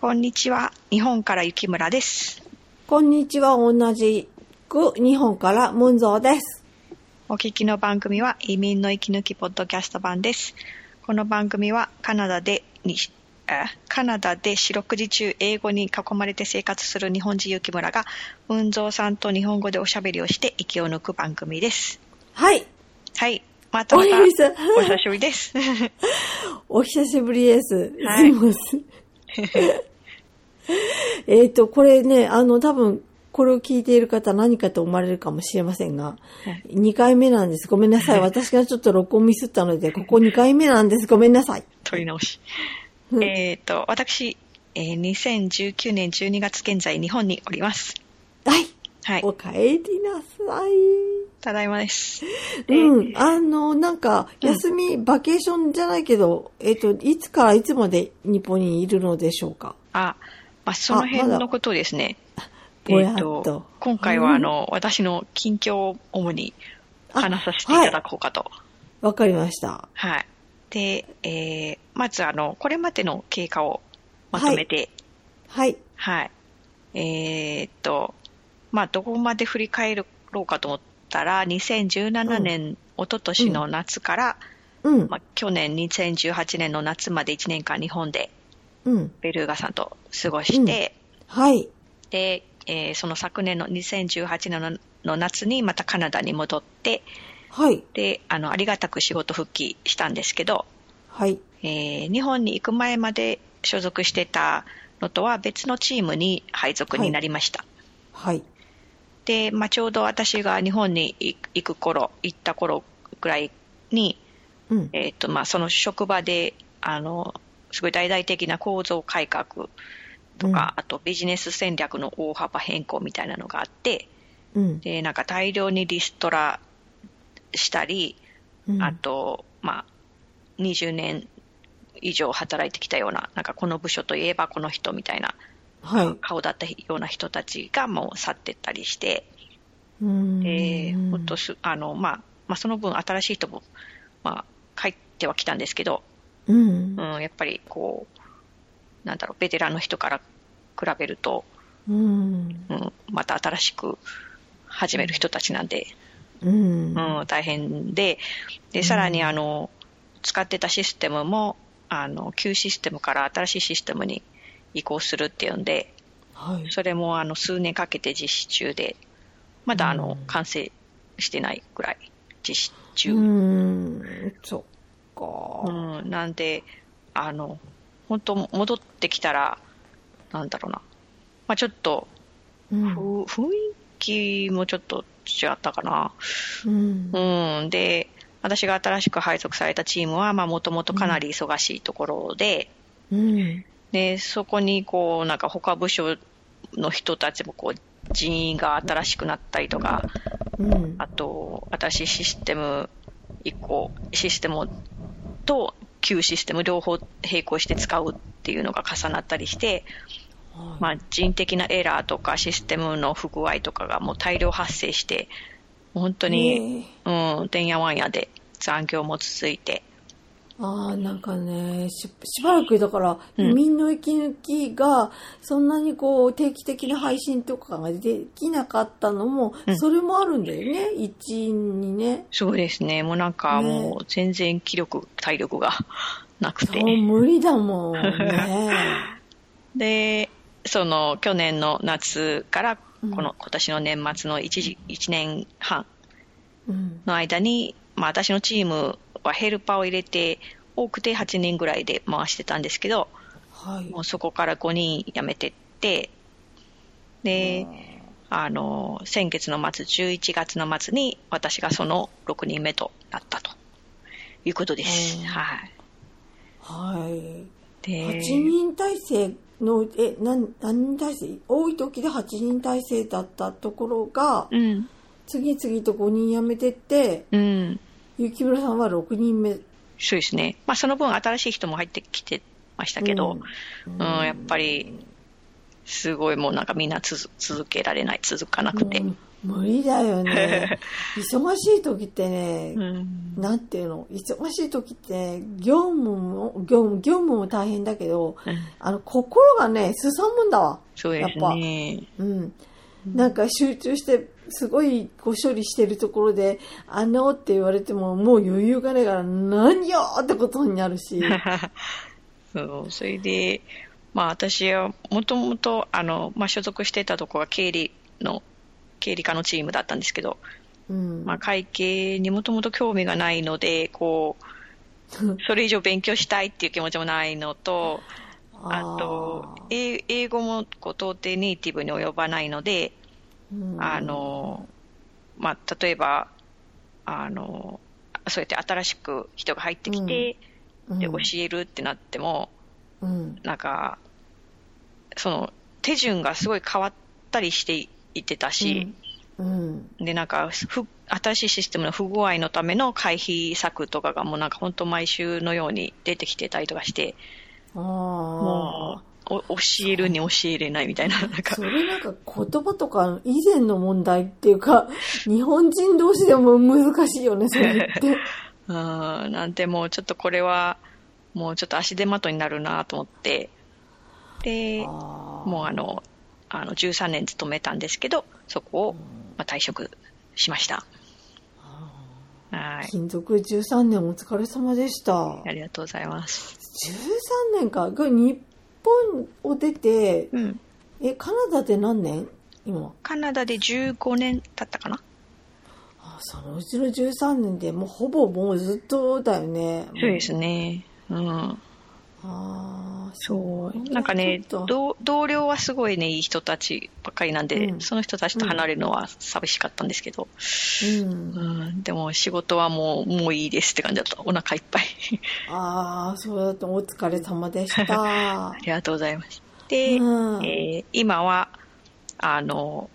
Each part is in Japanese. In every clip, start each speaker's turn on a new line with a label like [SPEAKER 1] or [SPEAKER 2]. [SPEAKER 1] こんにちは。日本から雪村です。
[SPEAKER 2] こんにちは、同じく日本からムンゾーです。
[SPEAKER 1] お聞きの番組は移民の息抜きポッドキャスト版です。この番組はカナダでに、あカナダで四六時中英語に囲まれて生活する日本人雪村が、文蔵さんと日本語でおしゃべりをして息を抜く番組です。
[SPEAKER 2] はい、
[SPEAKER 1] はい。またまた
[SPEAKER 2] お久しぶ
[SPEAKER 1] お久しぶり です。
[SPEAKER 2] お久しぶりです。
[SPEAKER 1] はい
[SPEAKER 2] すい ませんえっと、これね、あの、多分、これを聞いている方何かと思われるかもしれませんが、2回目なんです。ごめんな さい。私がちょっと録音ミスったので、ここ2回目なんです。ごめんなさい。
[SPEAKER 1] 取り直し。
[SPEAKER 2] うん
[SPEAKER 1] えっと、私、えー2019年12月現在日本におります。
[SPEAKER 2] はい。
[SPEAKER 1] はい。
[SPEAKER 2] お帰りなさい。
[SPEAKER 1] ただいまです。
[SPEAKER 2] うん。あの、なんか、
[SPEAKER 1] うん
[SPEAKER 2] 休み、バケーションじゃないけど、えっ、と、いつからいつまで日本にいるのでしょうか
[SPEAKER 1] あ、まあ、その辺
[SPEAKER 2] あまだ
[SPEAKER 1] のことをですね、
[SPEAKER 2] ぼや
[SPEAKER 1] え
[SPEAKER 2] っ
[SPEAKER 1] ー
[SPEAKER 2] と
[SPEAKER 1] 今回はあ
[SPEAKER 2] うん
[SPEAKER 1] の、私の近況を主に
[SPEAKER 2] あ
[SPEAKER 1] 話させていただこうかと。
[SPEAKER 2] わかりました。
[SPEAKER 1] はい。で、えーまずあの、これまでの経過をまとめて、
[SPEAKER 2] はい。
[SPEAKER 1] はい。えーっと、まあ、どこまで振り返ろうかと思ったら、2017年、一昨年の夏から、
[SPEAKER 2] うん
[SPEAKER 1] ま。あ、去年2018年の夏まで1年間日本で
[SPEAKER 2] うん。
[SPEAKER 1] ベルーガさんと過ごして、
[SPEAKER 2] はい。
[SPEAKER 1] で、えーその昨年の2018年のの夏にまたカナダに戻って、
[SPEAKER 2] はい。
[SPEAKER 1] で、あの、ありがたく仕事復帰したんですけど、
[SPEAKER 2] はい。
[SPEAKER 1] えー日本に行く前まで所属してたのとは別のチームに配属になりました。
[SPEAKER 2] はい。
[SPEAKER 1] で、まあ、ちょうど私が日本に行行く頃、行った頃ぐらいに、
[SPEAKER 2] うん。
[SPEAKER 1] えっ、と、まあ、その職場で、あの、すごい大々的な構造改革とか、あとビジネス戦略の大幅変更みたいなのがあって、
[SPEAKER 2] うん。
[SPEAKER 1] で、なんか大量にリストラしたり、
[SPEAKER 2] うん。
[SPEAKER 1] あと、まあ、20年以上働いてきたような、なんかこの部署といえばこの人みたいな
[SPEAKER 2] はい。
[SPEAKER 1] 顔だったような人たちがもう去ってったりして、
[SPEAKER 2] うん。
[SPEAKER 1] で、ほんとす、あの、まあ、まあ、その分新しい人も、まあ、帰ってはきたんですけど、
[SPEAKER 2] うん
[SPEAKER 1] う。ん、やっぱりこう、なんだろう、ベテランの人から比べると、
[SPEAKER 2] うん。
[SPEAKER 1] うん、また新しく始める人たちなんで、
[SPEAKER 2] うん。
[SPEAKER 1] うん、大変で、
[SPEAKER 2] う
[SPEAKER 1] で、
[SPEAKER 2] ん
[SPEAKER 1] さらにあの、使ってたシステムも、あの、旧システムから新しいシステムに移行するっていうんで、
[SPEAKER 2] はい。
[SPEAKER 1] それもあの、数年かけて実施中で、まだあの
[SPEAKER 2] う、ん
[SPEAKER 1] 完成してないぐらい実施中。
[SPEAKER 2] うん。そっ
[SPEAKER 1] う
[SPEAKER 2] か。
[SPEAKER 1] ん、なんで、あの、本当戻ってきたら、なんだろうな。まあちょっと、
[SPEAKER 2] うん。
[SPEAKER 1] ふ雰囲気もちょっと違ったかな。
[SPEAKER 2] うん。
[SPEAKER 1] うん、で、私が新しく配属されたチームは、まあ、もともとかなり忙しいところで、
[SPEAKER 2] うん。
[SPEAKER 1] で、そこに、こう、なんか他部署の人たちも、こう、人員が新しくなったりとか、
[SPEAKER 2] うん。
[SPEAKER 1] あと、新しいシステム以降、システムと旧システム両方並行して使うっていうのが重なったりして、ま
[SPEAKER 2] はい。
[SPEAKER 1] あ、人的なエラーとかシステムの不具合とかがもう大量発生して、もう本当に、うん、てんやわんやで残業も続いて、
[SPEAKER 2] ああ、なんかね、し、しばらくだから、
[SPEAKER 1] うん
[SPEAKER 2] 移民の息抜きが、そんなにこう、定期的な配信とかができなかったのも
[SPEAKER 1] う、ん
[SPEAKER 2] それもあるんだよね、一因にね。
[SPEAKER 1] そうですね、もうなんか
[SPEAKER 2] ね
[SPEAKER 1] もう全然気力、体力が なく
[SPEAKER 2] そう、
[SPEAKER 1] て。
[SPEAKER 2] 無理だも んね。
[SPEAKER 1] で、その去年の夏から、こ
[SPEAKER 2] うん
[SPEAKER 1] の今年の年末の 1, 時1年半
[SPEAKER 2] うん。
[SPEAKER 1] の間に、まあ、私のチームはヘルパーを入れて、多くて8人ぐらいで回してたんですけど、
[SPEAKER 2] はい
[SPEAKER 1] も。うそこから5人辞めてって、で、あの、先月の末、11月の末に、私がその6人目となったということです。
[SPEAKER 2] うん
[SPEAKER 1] はい。
[SPEAKER 2] はい。
[SPEAKER 1] で
[SPEAKER 2] 8人体制の、え、何、何人体制多い時で8人体制だったところが、
[SPEAKER 1] うん。
[SPEAKER 2] 次々と5人辞めてって、
[SPEAKER 1] うん。
[SPEAKER 2] 雪村さんは6人目。
[SPEAKER 1] そうですね。まあ、その分、新しい人も入ってきてましたけど、うん、やっぱり、すごいもうなんかみんな続続けられない、続かなくて。
[SPEAKER 2] うん無理だ よね。忙しい時ってね、
[SPEAKER 1] うん。
[SPEAKER 2] なんていうの、忙しい時って、業務も、業務、業務も大変だけど、あの、心がね、すさむんだわ。
[SPEAKER 1] そうですね。
[SPEAKER 2] うん。なんか集中して、すごいご処理してるところで、あのって言われても、もう余裕がないから、何よってことにな るし。
[SPEAKER 1] そう、それで、まあ私はもともと、あの、まあ所属してたとこが経理の、経理課のチームだったんですけど、
[SPEAKER 2] うん。
[SPEAKER 1] まあ会計にもともと興味がないので、こ う、それ以上勉強したいっていう気持ちもないのと、あと
[SPEAKER 2] ー、
[SPEAKER 1] 英英語もこう到底ネイティブに及ばないので、
[SPEAKER 2] うん
[SPEAKER 1] あの、まあ、例えば、あの、そうやって新しく人が入ってきて、
[SPEAKER 2] うん
[SPEAKER 1] で、教えるってなっても、
[SPEAKER 2] うん。
[SPEAKER 1] なんか、その、手順がすごい変わったりしていってたし、
[SPEAKER 2] うん。
[SPEAKER 1] で、なんか、ふ新しいシステムの不具合のための回避策とかがもうなんか本当毎週のように出てきてたりとかして、
[SPEAKER 2] あ
[SPEAKER 1] も
[SPEAKER 2] あ。
[SPEAKER 1] う、お教えるに教えれないみたいな、なんか
[SPEAKER 2] そ、れなんか言葉とか以前の問題ってい うか、日本人同士でも難しいよね、それ って。
[SPEAKER 1] うん、なんてもうちょっとこれは、もうちょっと足手まとになるなと思って、で、
[SPEAKER 2] あー
[SPEAKER 1] もうあの、あの、13年勤めたんですけど、そこを、まあ、退職しました。はい。
[SPEAKER 2] 勤続13年お疲れ様でした。
[SPEAKER 1] ありがとうございます。
[SPEAKER 2] 13年か。これ日本を出て、
[SPEAKER 1] うん。
[SPEAKER 2] え、カナダで何年今。
[SPEAKER 1] カナダで15年経ったかな
[SPEAKER 2] あそのうちの13年でもうほぼもうずっとだよね。
[SPEAKER 1] そうですね。うん。
[SPEAKER 2] ああ、
[SPEAKER 1] そ
[SPEAKER 2] そう。
[SPEAKER 1] う。なんかね、
[SPEAKER 2] ちょっ
[SPEAKER 1] 同
[SPEAKER 2] と
[SPEAKER 1] 同僚はすごいね、いい人たちばっかりなんで、
[SPEAKER 2] うん
[SPEAKER 1] その人たちと離れるのは寂しかったんですけど、
[SPEAKER 2] うん
[SPEAKER 1] う。ん、でも仕事はもう、もういいですって感じだった。お腹いっぱい。
[SPEAKER 2] ああ、そうだとお疲れ様 でした
[SPEAKER 1] あ。りがとうございます。で、
[SPEAKER 2] うん
[SPEAKER 1] えー今は、あの、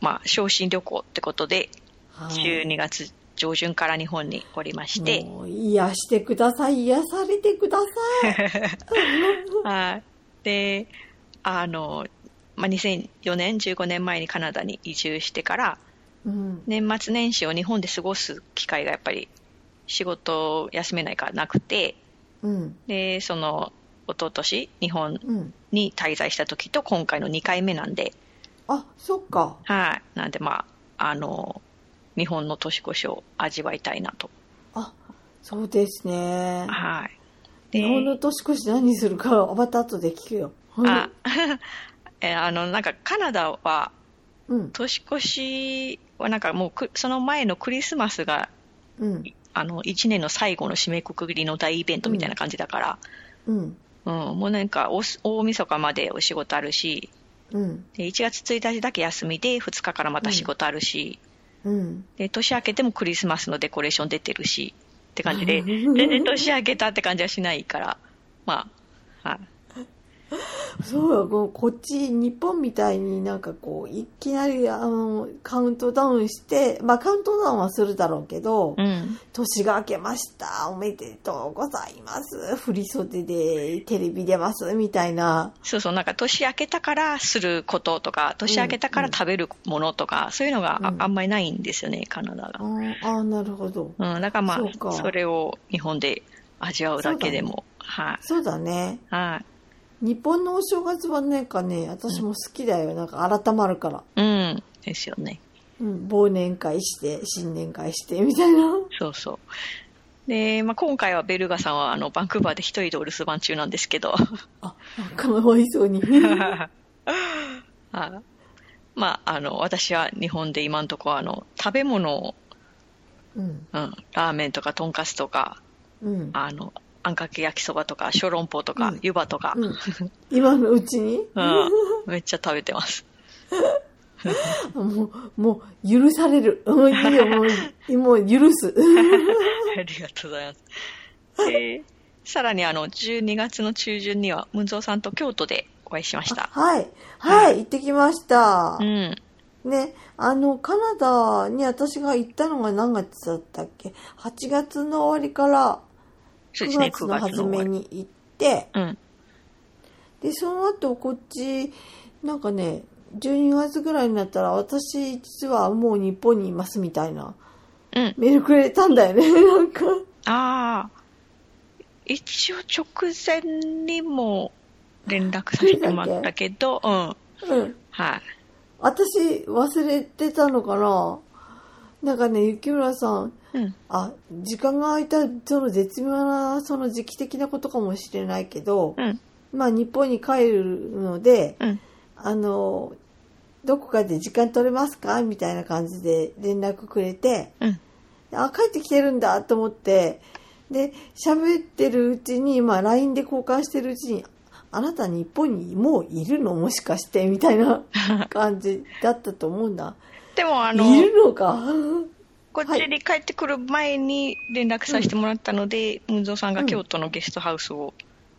[SPEAKER 1] まあ、昇進旅行ってことで、
[SPEAKER 2] はい
[SPEAKER 1] 12月上旬から日本におりまして、
[SPEAKER 2] もう癒してください、癒されてください。
[SPEAKER 1] はい。で、あの、まあ、2004年、15年前にカナダに移住してから、
[SPEAKER 2] うん、
[SPEAKER 1] 年末年始を日本で過ごす機会がやっぱり仕事を休めないからなくて、
[SPEAKER 2] うん、
[SPEAKER 1] で、その、一昨年日本
[SPEAKER 2] うん。
[SPEAKER 1] に滞在した時と今回の2回目なんで、
[SPEAKER 2] あ、そっか。
[SPEAKER 1] はい。なんで、まあ、あの、日本の年越しを味わいたいなと。
[SPEAKER 2] あ、そうですね。
[SPEAKER 1] はい。で
[SPEAKER 2] 日本の年越し何するか、また後で聞くよ。
[SPEAKER 1] あ、 えあの、なんかカナダは、
[SPEAKER 2] うん、
[SPEAKER 1] 年越しはなんかもうく、その前のクリスマスが、
[SPEAKER 2] うん、
[SPEAKER 1] あの、一年の最後の締めくくりの大イベントみたいな感じだから、
[SPEAKER 2] うん、
[SPEAKER 1] うん、もうなんかおす、大晦日までお仕事あるし、
[SPEAKER 2] うん、
[SPEAKER 1] で1月1日だけ休みで、2日からまた仕事あるし、
[SPEAKER 2] うん。
[SPEAKER 1] で、年明けてもクリスマスのデコレーション出てるし、って感じ で、
[SPEAKER 2] うん
[SPEAKER 1] 全然年明けたって感じはしないから、まあ、はい。
[SPEAKER 2] そうよこう、こっち、日本みたいになんかこう、いきなり、あの、カウントダウンして、まあカウントダウンはするだろうけど、
[SPEAKER 1] うん。
[SPEAKER 2] 年が明けました。おめでとうございます。振り袖でテレビ出ます。みたいな。
[SPEAKER 1] そうそう、なんか年明けたからすることとか、年明けたから食べるものとか、そういうのがあ,、
[SPEAKER 2] うん
[SPEAKER 1] ん、まりないんですよね、カナダ
[SPEAKER 2] あ
[SPEAKER 1] が。
[SPEAKER 2] ーあー、なるほど。
[SPEAKER 1] うん、だからまあ
[SPEAKER 2] そうか
[SPEAKER 1] それを日本で味わうだけでも、はい、
[SPEAKER 2] そうだね。
[SPEAKER 1] はい、
[SPEAKER 2] 日本のお正月はなんかね、私も好きだよ。なんか改まるから。
[SPEAKER 1] うん、ですよね。
[SPEAKER 2] うん、忘年会して、新年会して、みたいな。
[SPEAKER 1] そうそう。で、まあ、今回はベルガさんはあのバンクーバーで一人でお留守番中なんですけ ど、
[SPEAKER 2] あ、かわいそうに。
[SPEAKER 1] はいまあ、あの、私は日本で今のところあの、食べ物を、
[SPEAKER 2] うん、
[SPEAKER 1] うん、ラーメンとかとんかつとか、
[SPEAKER 2] うん。
[SPEAKER 1] あの、あんかけ焼きそばとか、小籠包とか
[SPEAKER 2] うん、
[SPEAKER 1] 湯葉とか、
[SPEAKER 2] うん今のうちに、
[SPEAKER 1] うんめっちゃ食べてます。
[SPEAKER 2] もう、もう、許される。もういいよ、もう、もう許す。
[SPEAKER 1] ありがとうございます。で、さらにあの、12月の中旬には、ムンゾーさんと京都でお会いしました。
[SPEAKER 2] はい。はい、行ってきました
[SPEAKER 1] う。ん。
[SPEAKER 2] ね、あの、カナダに私が行ったのが何月だったっけ ?8 月の終わりから
[SPEAKER 1] そうで
[SPEAKER 2] 9
[SPEAKER 1] すね、
[SPEAKER 2] 月
[SPEAKER 1] 9
[SPEAKER 2] の
[SPEAKER 1] 月
[SPEAKER 2] 初
[SPEAKER 1] の終
[SPEAKER 2] め
[SPEAKER 1] わり。
[SPEAKER 2] に行って、
[SPEAKER 1] うん。
[SPEAKER 2] で、その後こっち、なんかね、 12月ぐらいになったら、私実はもう日本にいますみたいな
[SPEAKER 1] うん。
[SPEAKER 2] メールくれたんだよね、 なんか。
[SPEAKER 1] ああ。一応直前にも連絡さ
[SPEAKER 2] く
[SPEAKER 1] せ
[SPEAKER 2] れ
[SPEAKER 1] て
[SPEAKER 2] たっけ
[SPEAKER 1] もらったけ ど、うん。
[SPEAKER 2] うん。
[SPEAKER 1] はい。
[SPEAKER 2] 私忘れてたのかななんかね、雪村さん、
[SPEAKER 1] うん。
[SPEAKER 2] あ、時間が空いた、その絶妙な、その時期的なことかもしれないけど、
[SPEAKER 1] うん。
[SPEAKER 2] まあ日本に帰るので、
[SPEAKER 1] うん。
[SPEAKER 2] あの、どこかで時間取れますかみたいな感じで連絡くれて、
[SPEAKER 1] うん。
[SPEAKER 2] あ、帰ってきてるんだと思って、で、喋ってるうちに、まあ LINE で交換してるうちに、あなた日本にもういるのもしかしてみたいな感じだったと思うんだ。
[SPEAKER 1] でも、 あの、
[SPEAKER 2] いるのか
[SPEAKER 1] こっちに帰ってくる前に連絡させてもらったので、ムンゾーさんが京都のゲストハウスを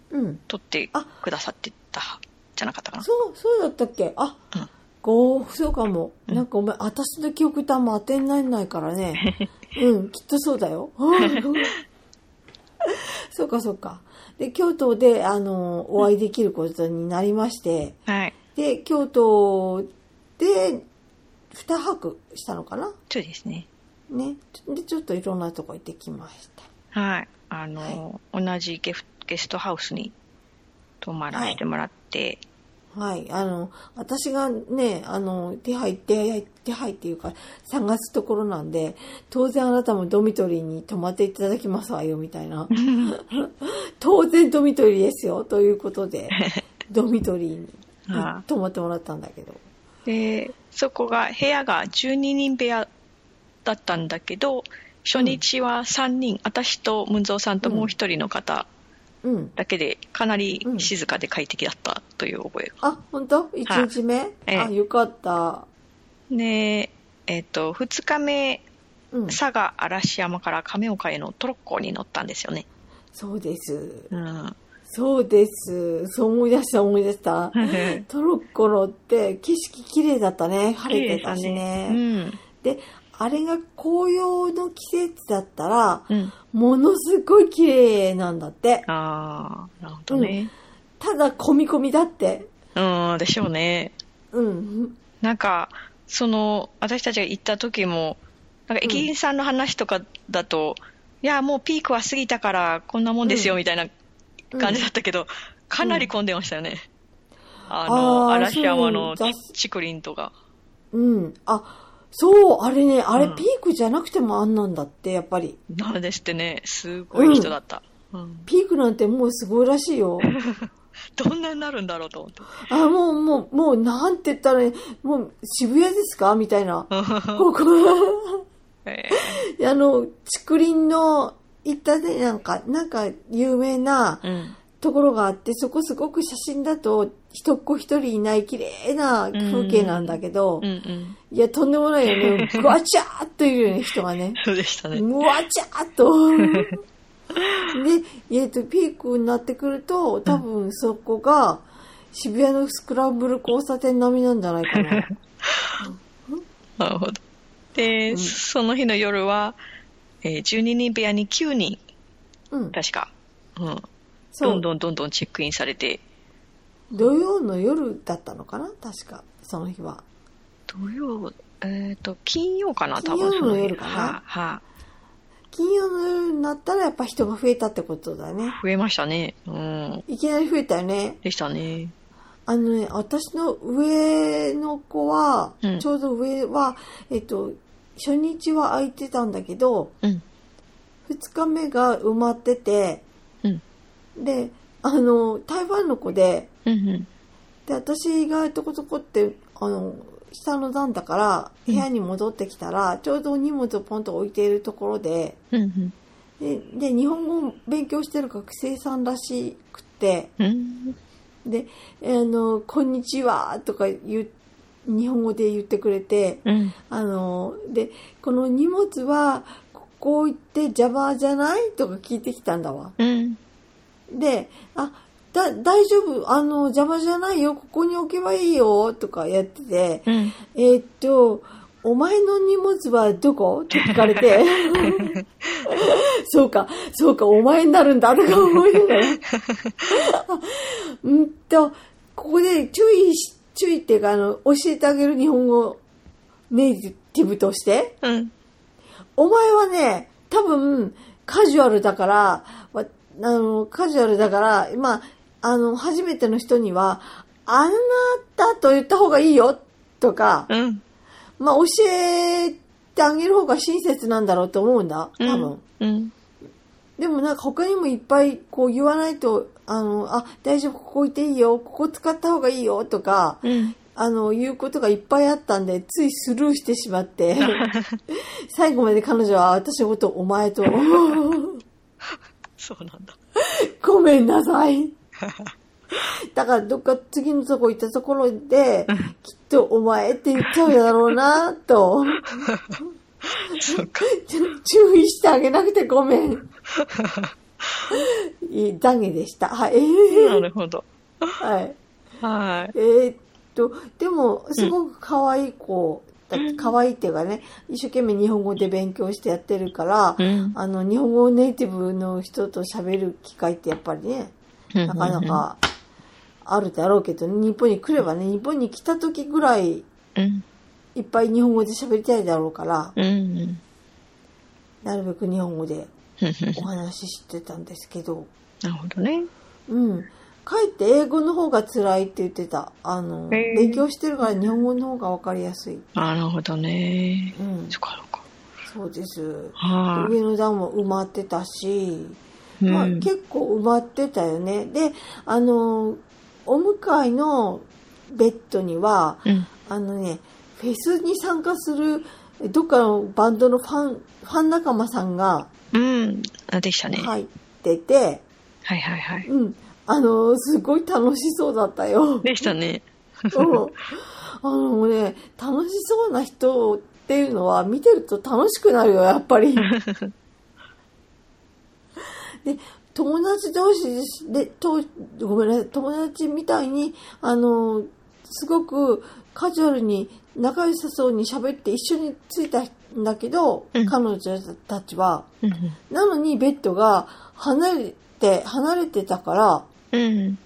[SPEAKER 2] うん。
[SPEAKER 1] 取って
[SPEAKER 2] あ
[SPEAKER 1] くださってた、じゃなかったかな。
[SPEAKER 2] そう、そうだったっけあ
[SPEAKER 1] うん、
[SPEAKER 2] ご、そうかも。
[SPEAKER 1] うん
[SPEAKER 2] なんかお前、私の記憶とあんま当てにならないから ね。うん、きっとそうだよ。 そうか、そうか。で、京都で、あの、お会いできることになりまして、
[SPEAKER 1] はい。
[SPEAKER 2] で、京都で、二泊したのかな
[SPEAKER 1] そうですね。
[SPEAKER 2] ね。で、ちょっといろんなとこ行ってきました。
[SPEAKER 1] はい。あの、同じゲフゲストハウスに泊まらせてもらって、
[SPEAKER 2] はい。あの、私がね、あの、手配、手配、手配っていうか、探すところなんで、当然あなたもドミトリーに泊まっていただきますわよ、みたい な。当然ドミトリーですよ、ということ で、ドミトリー に
[SPEAKER 1] は
[SPEAKER 2] 泊まってもらったんだけど。
[SPEAKER 1] で、そこが、部屋が12人部屋だったんだけど、初日は3人、私と文蔵さんともう1人の方
[SPEAKER 2] うん。
[SPEAKER 1] だけで、かなり静かで快適だったという覚えが。
[SPEAKER 2] あ、本当一日目
[SPEAKER 1] ええ
[SPEAKER 2] あ、よかった。
[SPEAKER 1] で、えっ、と、2日目、
[SPEAKER 2] うん。
[SPEAKER 1] 佐賀嵐山から亀岡へのトロッコに乗ったんですよね。
[SPEAKER 2] そうです。
[SPEAKER 1] うん。
[SPEAKER 2] そうです。そう思い出した、思い出した。トロッコロって景色綺麗だったね。晴れてたしね。
[SPEAKER 1] うん。
[SPEAKER 2] で、あれが紅葉の季節だったら、
[SPEAKER 1] うん。
[SPEAKER 2] ものすごい綺麗なんだって。
[SPEAKER 1] ああ、なるほどね。
[SPEAKER 2] ただ、込み込みだって。
[SPEAKER 1] うん、でしょうね。
[SPEAKER 2] うん。
[SPEAKER 1] なんか、その、私たちが行った時も、なんか駅員さんの話とかだと、いや、もうピークは過ぎたから、こんなもんですよ、
[SPEAKER 2] うん
[SPEAKER 1] みたいな
[SPEAKER 2] うん
[SPEAKER 1] 感じだったけど、かなり混んでましたよね。あ
[SPEAKER 2] あ
[SPEAKER 1] の、
[SPEAKER 2] ー
[SPEAKER 1] 嵐山の
[SPEAKER 2] そうだ
[SPEAKER 1] 竹林とか。
[SPEAKER 2] うん。あ、そう、あれね、あれ
[SPEAKER 1] うん
[SPEAKER 2] ピークじゃなくてもあんなんだって、やっぱり。
[SPEAKER 1] なんですってね、すごい人だった。うん
[SPEAKER 2] ピークなんてもうすごいらしいよ。
[SPEAKER 1] どんなになるんだろうと思っ て。
[SPEAKER 2] あ、もう、もう、もう、なんて言ったらね、もう、渋谷ですかみたいな。こ こ、
[SPEAKER 1] え
[SPEAKER 2] あの、竹林の、行ったね、なんか、なんか、有名な、
[SPEAKER 1] ーうん
[SPEAKER 2] ところがあって、そこすごく写真だと、一っ子一人いない綺麗な風景なんだけど、
[SPEAKER 1] うんうん。
[SPEAKER 2] いや、とんでもないよね。ぐわちゃーっといるよね、人がね。
[SPEAKER 1] そうでしたね。
[SPEAKER 2] ぐわちゃーっ と。で、えっと、ピークになってくると、多分そこが、渋谷のスクランブル交差点並みなんじゃないか な。
[SPEAKER 1] なるほど。で、
[SPEAKER 2] うん
[SPEAKER 1] その日の夜は、えー12人部屋に9人、
[SPEAKER 2] うん。
[SPEAKER 1] 確か。うん。
[SPEAKER 2] そ
[SPEAKER 1] どん
[SPEAKER 2] う。
[SPEAKER 1] どんどんどんチェックインされて、
[SPEAKER 2] 土曜の夜だったのかな確か、その日は。
[SPEAKER 1] 土曜、えっ、と、金曜かな、多
[SPEAKER 2] 金
[SPEAKER 1] 分
[SPEAKER 2] 曜
[SPEAKER 1] そ
[SPEAKER 2] の
[SPEAKER 1] 日
[SPEAKER 2] 夜かな
[SPEAKER 1] はい、はい、
[SPEAKER 2] 金曜の夜になったら、やっぱ人が増えたってことだね。
[SPEAKER 1] 増えましたね。うん。
[SPEAKER 2] いきなり増えたよね。
[SPEAKER 1] でしたね。
[SPEAKER 2] あのね、私の上の子は、
[SPEAKER 1] うん
[SPEAKER 2] ちょうど上は、えっと、初日は空いてたんだけど、
[SPEAKER 1] うん。
[SPEAKER 2] 2日目が埋まってて、
[SPEAKER 1] うん
[SPEAKER 2] で、あの、台湾の子で、
[SPEAKER 1] うんうん。
[SPEAKER 2] で、私がとことこって、あの、下の段だから、
[SPEAKER 1] うん
[SPEAKER 2] 部屋に戻ってきたら、ちょうど荷物をポンと置いているところで、
[SPEAKER 1] うん
[SPEAKER 2] で、で日本語を勉強してる学生さんらしくて、
[SPEAKER 1] うん。うん。
[SPEAKER 2] で、あの、こんにちはとか言う、日本語で言ってくれて、
[SPEAKER 1] うん。
[SPEAKER 2] あの、で、この荷物は、ここ行って邪魔じゃないとか聞いてきたんだわ。
[SPEAKER 1] うん。
[SPEAKER 2] で、あ、だ、大丈夫、あの、邪魔じゃないよ、ここに置けばいいよ、とかやってて、
[SPEAKER 1] うん。
[SPEAKER 2] えーっと、お前の荷物はどこって聞かれて、そうか、そうか、お前になるんだ、とか思いながら。うんと、ここで注意し注意っていうか、あの、教えてあげる日本語ネイティブとして、
[SPEAKER 1] うん。
[SPEAKER 2] お前はね、多分、カジュアルだから、わあの、カジュアルだから、まあ、あの、初めての人には、あなたと言った方がいいよ、とか、
[SPEAKER 1] うん。
[SPEAKER 2] まあ、教えてあげる方が親切なんだろうと思うんだ、
[SPEAKER 1] うん。
[SPEAKER 2] 多分。
[SPEAKER 1] うん。
[SPEAKER 2] でもなんか他にもいっぱいこう言わないと、あの、あ、大丈夫、ここ行っていいよ、ここ使った方がいいよ、とか、
[SPEAKER 1] うん。
[SPEAKER 2] あの、言うことがいっぱいあったんで、ついスルーしてしまって、 最後まで彼女は私のことをお前と、
[SPEAKER 1] そうなんだ。
[SPEAKER 2] ごめんなさ い。だからどっか次のとこ行ったところで、きっとお前って言っちゃうだろうな、と、
[SPEAKER 1] そっか。
[SPEAKER 2] ちょ注意してあげなくてご めん。いい懺悔でした。はい。
[SPEAKER 1] なるほど。
[SPEAKER 2] はい。
[SPEAKER 1] は
[SPEAKER 2] えーっと、でも、すごく可愛い子、だ可愛いっていうかね、一生懸命日本語で勉強してやってるから、
[SPEAKER 1] い。うん。
[SPEAKER 2] あの、日本語ネイティブの人と喋る機会ってやっぱりね、なかなかあるだろうけど、日本に来ればね、日本に来た時ぐらい、
[SPEAKER 1] うん。
[SPEAKER 2] いっぱい日本語で喋りたいだろうから、
[SPEAKER 1] うん。うん。
[SPEAKER 2] なるべく日本語で
[SPEAKER 1] うん
[SPEAKER 2] お話ししてたんですけど、
[SPEAKER 1] なるほどね。
[SPEAKER 2] うん。かえって英語の方が辛いって言ってた。あの、
[SPEAKER 1] へー
[SPEAKER 2] 勉強してるから日本語の方がわかりやすい。
[SPEAKER 1] なるほどね。
[SPEAKER 2] うん
[SPEAKER 1] そっ、かそっか。
[SPEAKER 2] そうです。
[SPEAKER 1] は
[SPEAKER 2] 上の段も埋まってたし、
[SPEAKER 1] い。
[SPEAKER 2] まあ、
[SPEAKER 1] うん
[SPEAKER 2] 結構埋まってたよね。で、あの、お迎えのベッドには、
[SPEAKER 1] うん。
[SPEAKER 2] あのね、フェスに参加する、どっかのバンドのファン、ファン仲間さんが
[SPEAKER 1] うん。あ、でしたね。はい
[SPEAKER 2] 入ってて、
[SPEAKER 1] はいはい。
[SPEAKER 2] うん。あの、すごい楽しそうだったよ。
[SPEAKER 1] でしたね。
[SPEAKER 2] うん。あのね、楽しそうな人っていうのは見てると楽しくなるよ、やっ ぱり。で、友達同士で、と、ごめんなさい、友達みたいに、あの、すごくカジュアルに仲良さそうに喋って一緒に着いたんだけど、
[SPEAKER 1] うん
[SPEAKER 2] 彼女たちは。
[SPEAKER 1] うん。
[SPEAKER 2] なのにベッドが離れて、離れてたから、
[SPEAKER 1] うん。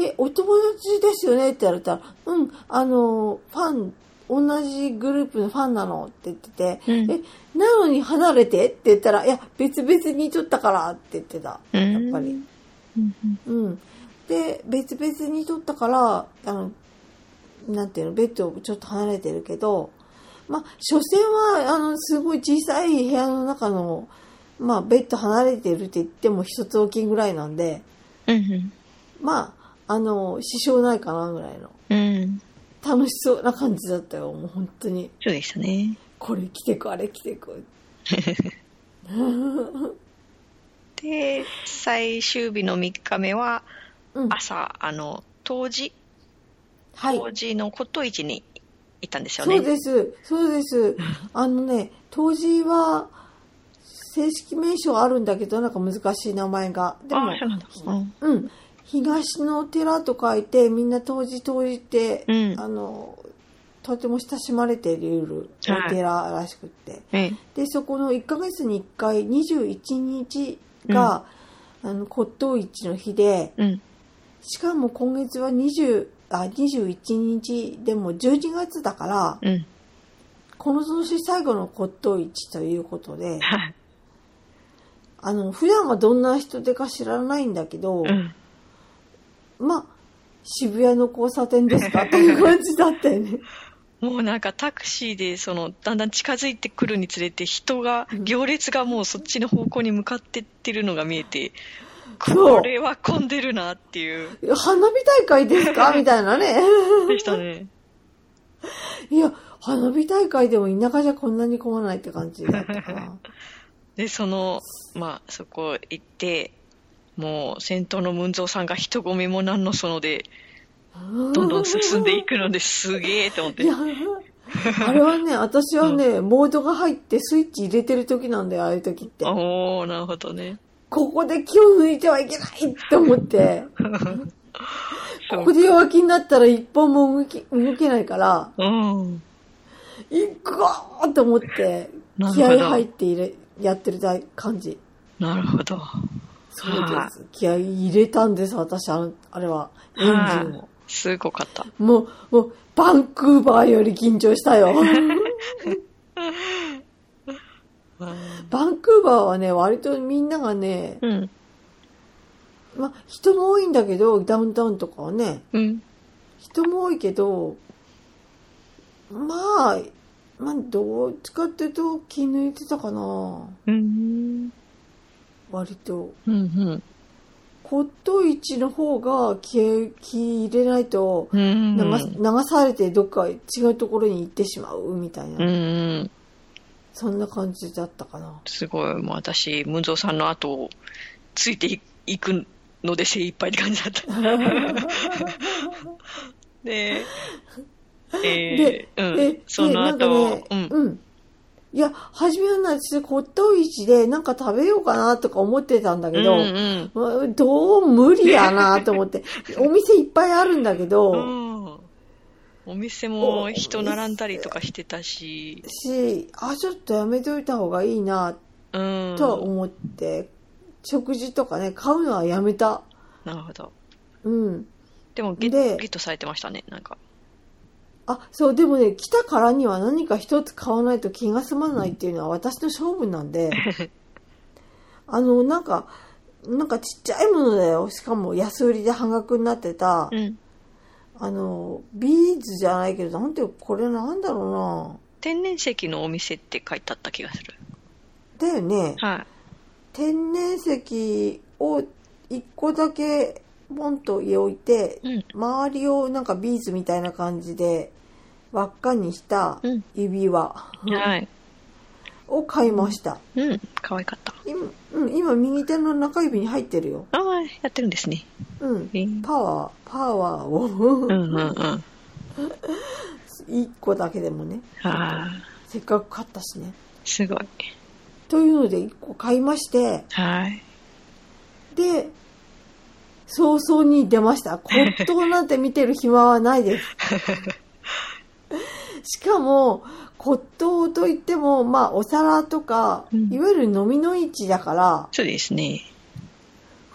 [SPEAKER 2] え、お友達ですよねって言われたら、うん、あの、ファン、同じグループのファンなのって言ってて、
[SPEAKER 1] うん
[SPEAKER 2] え、なのに離れてって言ったら、いや、別々に撮ったからって言ってた。
[SPEAKER 1] う
[SPEAKER 2] やっ
[SPEAKER 1] ん
[SPEAKER 2] ぱり。
[SPEAKER 1] うん。
[SPEAKER 2] うん。で、別々に撮ったから、あの、なんていうの、ベッドをちょっと離れてるけど、まあ、所詮は、あの、すごい小さい部屋の中の、まあ、ベッド離れてるって言っても一つ置きぐらいなんで、
[SPEAKER 1] うん。
[SPEAKER 2] まあ、あの、支障ないかなぐらいの。
[SPEAKER 1] うん。
[SPEAKER 2] 楽しそうな感じだったよ、もう本当に。
[SPEAKER 1] そうでしたね。
[SPEAKER 2] これ着てく、あれ着てく。
[SPEAKER 1] で、最終日の3日目は、
[SPEAKER 2] うん。
[SPEAKER 1] 朝、あの、当時、
[SPEAKER 2] はい。
[SPEAKER 1] 当時の骨董市に行ったんですよね。
[SPEAKER 2] そうです、そうです。あのね、当時は、正式名称あるんだけど、なんか難しい名前が。でも
[SPEAKER 1] あ、そうなんだ。うん。
[SPEAKER 2] うん。東の寺と書いて、みんな当時当時って、
[SPEAKER 1] うん
[SPEAKER 2] あの、とても親しまれているお寺らしくって。
[SPEAKER 1] ええ
[SPEAKER 2] でそこの1ヶ月に1回21日が、あの骨董市の日で
[SPEAKER 1] うん。
[SPEAKER 2] しかも今月は20あ21日でも12月だから
[SPEAKER 1] うん。
[SPEAKER 2] この年最後の骨董市ということで
[SPEAKER 1] はい。
[SPEAKER 2] あの普段はどんな人でか知らないんだけど、
[SPEAKER 1] うん。
[SPEAKER 2] まあ渋谷の交差点ですかっていう感じだったよね。
[SPEAKER 1] もうなんかタクシーでそのだんだん近づいてくるにつれて人が
[SPEAKER 2] うん
[SPEAKER 1] 行列がもうそっちの方向に向かってってるのが見えて
[SPEAKER 2] そう
[SPEAKER 1] これは混んでるなっていう
[SPEAKER 2] 花火大会ですかみたいなね。
[SPEAKER 1] でしたね
[SPEAKER 2] いや、花火大会でも田舎じゃこんなに混まないって感じだったかな。
[SPEAKER 1] でそのまあそこ行ってもう先頭の文蔵さんが人混みもなんのそのでどんどん進んでいくのですげえと思って
[SPEAKER 2] いや、あれはね、私はね、モードが入ってスイッチ入れてる時なんだよ、ああいう時って。
[SPEAKER 1] おおなるほどね
[SPEAKER 2] ここで気を抜いてはいけないって思 って、ここで弱気になったら一歩も動き、動けないから、
[SPEAKER 1] うん
[SPEAKER 2] 行こうと思って、
[SPEAKER 1] なるほ
[SPEAKER 2] 気
[SPEAKER 1] ど
[SPEAKER 2] 合入って入れ、やってる感じ。
[SPEAKER 1] なるほど
[SPEAKER 2] そうです。気合入れたんです、私、あのあれは。エンジンを。
[SPEAKER 1] すごかった。
[SPEAKER 2] もう、もう、バンクーバーより緊張した よ。バンクーバーはね、割とみんながね、
[SPEAKER 1] うん。
[SPEAKER 2] まあ、人も多いんだけど、ダウンタウンとかはね、
[SPEAKER 1] うん。
[SPEAKER 2] 人も多いけど、まあ、まあ、どっちかっていうと気抜いてたかな。
[SPEAKER 1] うん。
[SPEAKER 2] 割と。
[SPEAKER 1] うん。
[SPEAKER 2] 骨董市の方が気、気入れないと、
[SPEAKER 1] うん。
[SPEAKER 2] 流す流されてどっか違うところに行ってしまうみたいな、
[SPEAKER 1] うん。
[SPEAKER 2] そんな感じだった かな。
[SPEAKER 1] すごい。もう私、ムンゾーさんの後をついていいくので精一杯って感じだった。 で、え
[SPEAKER 2] で、
[SPEAKER 1] ー、うん、
[SPEAKER 2] で、
[SPEAKER 1] その
[SPEAKER 2] で
[SPEAKER 1] 後、
[SPEAKER 2] なんかね、
[SPEAKER 1] うん、
[SPEAKER 2] うん。いや、初めはね、私、骨董市でなんか食べようかなとか思ってたんだけど、
[SPEAKER 1] うん、
[SPEAKER 2] まあどう無理やなと思 って、お店いっぱいあるんだけど、
[SPEAKER 1] うん、うん。お店も人並んだりとかしてたし、
[SPEAKER 2] し、あ、ちょっとやめといた方がいいな
[SPEAKER 1] うん。
[SPEAKER 2] とは思って、食事とかね、買うのはやめた。
[SPEAKER 1] なるほど。
[SPEAKER 2] うん。
[SPEAKER 1] でもゲッ、
[SPEAKER 2] で
[SPEAKER 1] ゲットされてましたね、なんか。
[SPEAKER 2] あ、そう、でもね、来たからには何か一つ買わないと気が済まないっていうのは私の勝負な んで、あの、なんか、なんかちっちゃいものだよ。しかも安売りで半額になってた、
[SPEAKER 1] うん。
[SPEAKER 2] あの、ビーズじゃないけど、なんて、これなんだろ
[SPEAKER 1] 天然石のお店って書いてあった気がする。
[SPEAKER 2] うな。だよね。
[SPEAKER 1] は
[SPEAKER 2] 天然石を一個だけポンと置いて、
[SPEAKER 1] い。うん。
[SPEAKER 2] 周りをなんかビーズみたいな感じで輪っかにした
[SPEAKER 1] うん
[SPEAKER 2] 指輪
[SPEAKER 1] はい。
[SPEAKER 2] を買いました。
[SPEAKER 1] うん。可愛かった。
[SPEAKER 2] 今、うん、今右手の中指に入ってるよ。
[SPEAKER 1] ああ、やってるんですね。
[SPEAKER 2] うん
[SPEAKER 1] え。ー
[SPEAKER 2] パワー、パワー
[SPEAKER 1] うん
[SPEAKER 2] を
[SPEAKER 1] うんうん。あ
[SPEAKER 2] 一個だけでもね、
[SPEAKER 1] あ、
[SPEAKER 2] せっかく買ったしね。
[SPEAKER 1] すごい。
[SPEAKER 2] というので一個買いまして、
[SPEAKER 1] はい。
[SPEAKER 2] で、早々に出 ました。骨董なんて見てる暇はないです。しかも、骨董といっても、まあ、お皿とか、
[SPEAKER 1] うん
[SPEAKER 2] いわゆる飲みの市だから、
[SPEAKER 1] そうですね。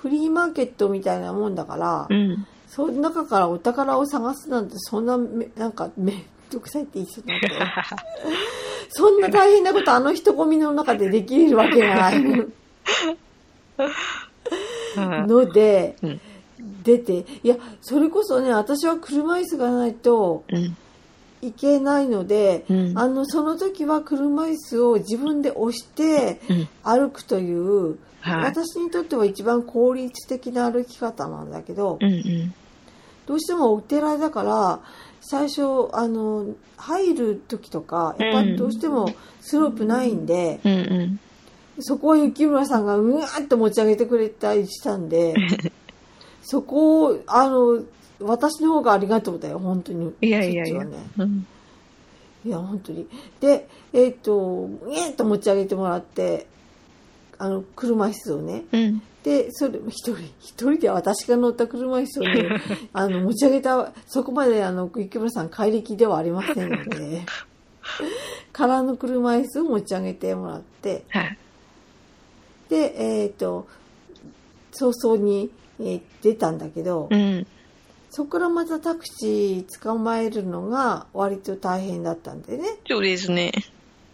[SPEAKER 2] フリーマーケットみたいなもんだから、
[SPEAKER 1] うん。
[SPEAKER 2] その中からお宝を探すなんて、そんなめ、なんか、めんどくさいって言いそうになったよそんな大変なこと、あの人混みの中でできるわけがない。
[SPEAKER 1] うん
[SPEAKER 2] ので、
[SPEAKER 1] うん
[SPEAKER 2] 出て、いや、それこそね、私は車椅子がないと
[SPEAKER 1] うん。
[SPEAKER 2] いけないので、
[SPEAKER 1] うん
[SPEAKER 2] あの、その時は車椅子を自分で押して
[SPEAKER 1] うん
[SPEAKER 2] 歩くという、
[SPEAKER 1] はい
[SPEAKER 2] 私にとっては一番効率的な歩き方なんだけど、
[SPEAKER 1] うんうん。
[SPEAKER 2] どうしてもお寺だから、最初、あの、入る時とか、やっぱ
[SPEAKER 1] うん
[SPEAKER 2] りどうしてもスロープないんで、
[SPEAKER 1] うんうん。
[SPEAKER 2] そこは雪村さんがうわーっと持ち上げてくれたりした んで、そこを、あの、私の方がありがとうだよ、本当に。
[SPEAKER 1] いやいやいや
[SPEAKER 2] そっちはね
[SPEAKER 1] うん。
[SPEAKER 2] いや、本当に。で、えっ、と、うえーっと持ち上げてもらって、あの、車椅子をね。
[SPEAKER 1] うん。
[SPEAKER 2] で、それ、一人、一人で私が乗った車椅子を ね、あの、持ち上げた、そこまで、あの、雪村さん、怪力ではありませんの で、空の車椅子を持ち上げてもらって、
[SPEAKER 1] はい。
[SPEAKER 2] で、えっ、と、早々に、えー出たんだけど、
[SPEAKER 1] うん。
[SPEAKER 2] そこからまたタクシー捕まえるのが割と大変だったんでね。
[SPEAKER 1] そうですね。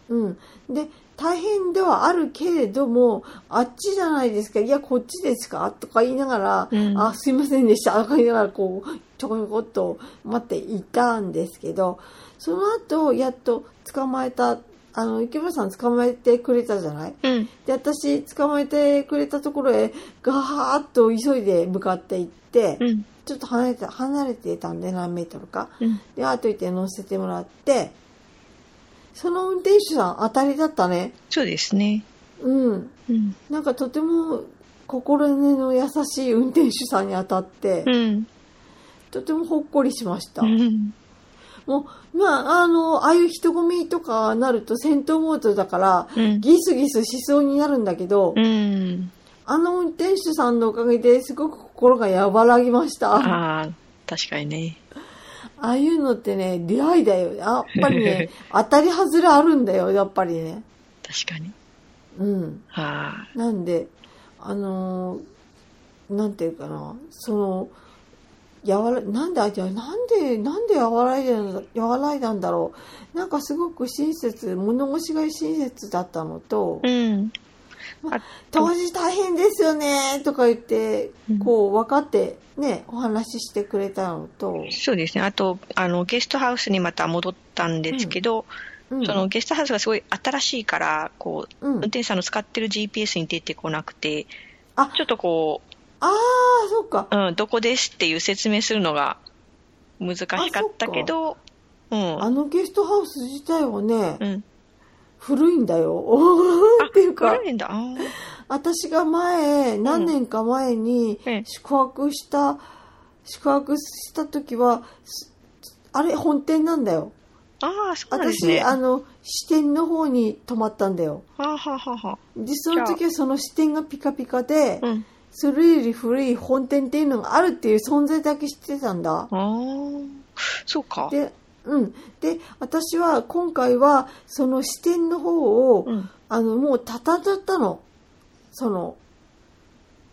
[SPEAKER 2] うん。で、大変ではあるけれども、あっちじゃないですか、いや、こっちですかとか言いながら、
[SPEAKER 1] うん
[SPEAKER 2] あ、すいませんでした、とか言いながら、こう、ちょこちょこっと待っていたんですけど、その後、やっと捕まえた、あの、池村さん捕まえてくれたじゃない
[SPEAKER 1] うん。
[SPEAKER 2] で、私、捕まえてくれたところへ、ガーッと急いで向かって行って、
[SPEAKER 1] うん。
[SPEAKER 2] ちょっと離れて、離れてたんで、何メートルか。
[SPEAKER 1] うん。
[SPEAKER 2] で、後行って乗せてもらって、その運転手さん当たりだったね。
[SPEAKER 1] そうですね。
[SPEAKER 2] うん。
[SPEAKER 1] うん。
[SPEAKER 2] なんかとても心根の優しい運転手さんに当たって、
[SPEAKER 1] うん。
[SPEAKER 2] とてもほっこりしました。
[SPEAKER 1] うん。
[SPEAKER 2] もう、まあ、あの、ああいう人混みとかなると戦闘モードだから、
[SPEAKER 1] うん。
[SPEAKER 2] ギスギスしそうになるんだけど、
[SPEAKER 1] うん。
[SPEAKER 2] あの運転手さんのおかげですごく心が和らぎました。あ
[SPEAKER 1] ああ、確かにね。
[SPEAKER 2] あいうのってね、出会いだよ。やっぱりね、当たり外れあるんだよ、やっぱりね。
[SPEAKER 1] 確かに。
[SPEAKER 2] うん。
[SPEAKER 1] あ
[SPEAKER 2] なんで、あのーなんていうかな、その、和ら、なんで、あじゃあなんで、なんで和らいだんだ、和らいだんだろう。なんかすごく親切、物腰が親切だったのと、
[SPEAKER 1] うん。あと
[SPEAKER 2] 当時大変ですよね、とか言って
[SPEAKER 1] うん、
[SPEAKER 2] こう分かってね、お話ししてくれたのと、
[SPEAKER 1] そうですね。あと、あの、ゲストハウスにまた戻ったんですけど、
[SPEAKER 2] うん
[SPEAKER 1] そのゲストハウスがすごい新しいから、こう、
[SPEAKER 2] うん
[SPEAKER 1] 運転手さんの使ってる GPS に出てこなくて、
[SPEAKER 2] あ
[SPEAKER 1] ちょっとこ
[SPEAKER 2] ああ、そうか。
[SPEAKER 1] う、うん、どこですっていう説明するのが難しかったけど、うん。
[SPEAKER 2] あのゲストハウス自体はね、
[SPEAKER 1] うん。
[SPEAKER 2] 古いんだよ。っていうか、
[SPEAKER 1] 古いんだ。あー
[SPEAKER 2] 私が前、何年か前に
[SPEAKER 1] ええ
[SPEAKER 2] 宿泊した、宿泊した時は、すあれ、本店なんだよ。
[SPEAKER 1] あー、そうなんです
[SPEAKER 2] 私、
[SPEAKER 1] ね。
[SPEAKER 2] あ
[SPEAKER 1] あ
[SPEAKER 2] の、支店の方に泊まったんだよ。
[SPEAKER 1] はあはあはあは
[SPEAKER 2] で、その時はその支店がピカピカで、
[SPEAKER 1] あ。うん。
[SPEAKER 2] それより古い本店っていうのがあるっていう存在だけ知ってたんだ。
[SPEAKER 1] あーそうか。
[SPEAKER 2] で、うん。で、私は今回は、その支店の方を、
[SPEAKER 1] うん。
[SPEAKER 2] あの、もうたたたったの。その、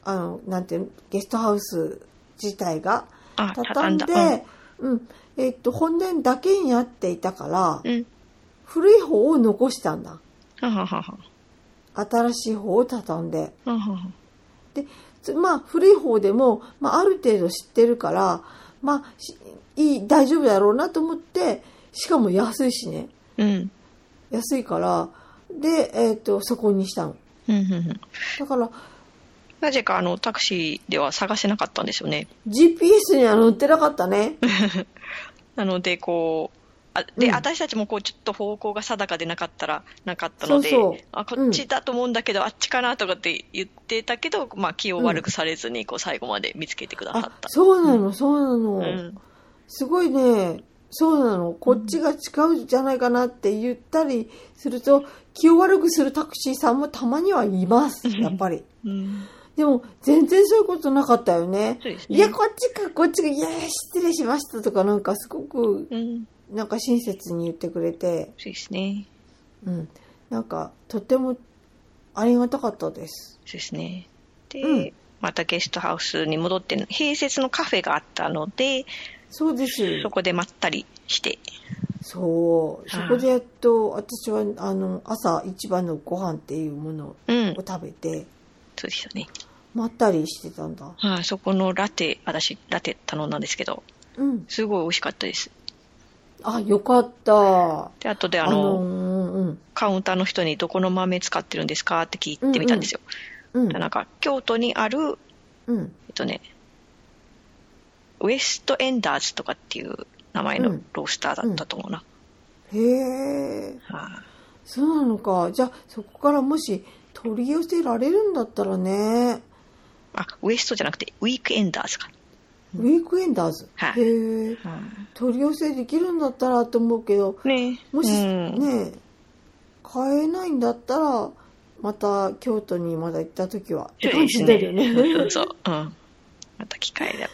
[SPEAKER 2] あの、なんていうのゲストハウス自体が。
[SPEAKER 1] あ、
[SPEAKER 2] 畳んで、うん。えっと、本殿だけになっていたから、
[SPEAKER 1] うん。
[SPEAKER 2] 古い方を残したんだ。
[SPEAKER 1] はあはあはあは
[SPEAKER 2] 新しい方を畳んで。
[SPEAKER 1] あはあはあ。
[SPEAKER 2] つまあ、古い方でも、まあ、ある程度知ってるから、まあ、しいい、大丈夫だろうなと思って、しかも安いしね。
[SPEAKER 1] うん。
[SPEAKER 2] 安いから、で、えっと、そこにしたの。
[SPEAKER 1] うんうんうん。
[SPEAKER 2] だから、
[SPEAKER 1] なぜかあのタクシーでは探せなかったんですよね。
[SPEAKER 2] GPS には載ってなかったね。
[SPEAKER 1] なのでこうあで、
[SPEAKER 2] うん
[SPEAKER 1] 私たちもこうちょっと方向が定かでなかったらなかったので
[SPEAKER 2] そうそう
[SPEAKER 1] あこっちだと思うんだけど、あっちかなとかって言ってたけど、まあ、気を悪くされずにこう最後まで見つけてくださ
[SPEAKER 2] あ
[SPEAKER 1] った。
[SPEAKER 2] そうなの、そう
[SPEAKER 1] う
[SPEAKER 2] なの、
[SPEAKER 1] ん
[SPEAKER 2] すごいね、そうなの、こっちが近いじゃないかなって言ったりすると、気を悪くするタクシーさんもたまにはいます、やっぱり。
[SPEAKER 1] うん
[SPEAKER 2] でも、全然そういうことなかったよね。
[SPEAKER 1] そうですね
[SPEAKER 2] いや、こっちか、こっちか、いや、失礼しましたとか、なんかすごく、
[SPEAKER 1] うん、
[SPEAKER 2] なんか親切に言ってくれて、
[SPEAKER 1] そうですね。
[SPEAKER 2] うん、なんか、とてもありがたかったです。
[SPEAKER 1] そうですね。で、
[SPEAKER 2] うん
[SPEAKER 1] またゲストハウスに戻って、併設のカフェがあったので、
[SPEAKER 2] そうです。
[SPEAKER 1] そこでまったりして、
[SPEAKER 2] そう。そこでやっと、私は、あの、朝一番のご飯っていうものを
[SPEAKER 1] うん、
[SPEAKER 2] を食べて、
[SPEAKER 1] そうですよね。
[SPEAKER 2] まったりしてたんだ。
[SPEAKER 1] はい、そこのラテ、私、ラテ頼んだんですけど、
[SPEAKER 2] うん。
[SPEAKER 1] すごい美味しかったです。
[SPEAKER 2] あ、よかった。
[SPEAKER 1] で、後であ
[SPEAKER 2] あ
[SPEAKER 1] の、
[SPEAKER 2] の、うん
[SPEAKER 1] カウンターの人にどこの豆使ってるんですかって聞いてみたんですよ。
[SPEAKER 2] うん。
[SPEAKER 1] なんか、京都にある、
[SPEAKER 2] うん。
[SPEAKER 1] えっとね、ウエストエンダーズとかっていう名前の
[SPEAKER 2] うん
[SPEAKER 1] ロースターだったと思うな。
[SPEAKER 2] へえ、
[SPEAKER 1] はい
[SPEAKER 2] そうなのか。じゃあ、そこからもし取り寄せられるんだったらね、
[SPEAKER 1] あ、ウエストじゃなくて、ウィークエンダーズか。
[SPEAKER 2] ウィークエンダーズ。
[SPEAKER 1] はい
[SPEAKER 2] へえ、取り寄せできるんだったらと思うけど、
[SPEAKER 1] ね
[SPEAKER 2] もし、
[SPEAKER 1] うん
[SPEAKER 2] ね、買えないんだったら、また京都にまだ行った時は、って感じになるよね。
[SPEAKER 1] そうそうそう。うん。また機会では。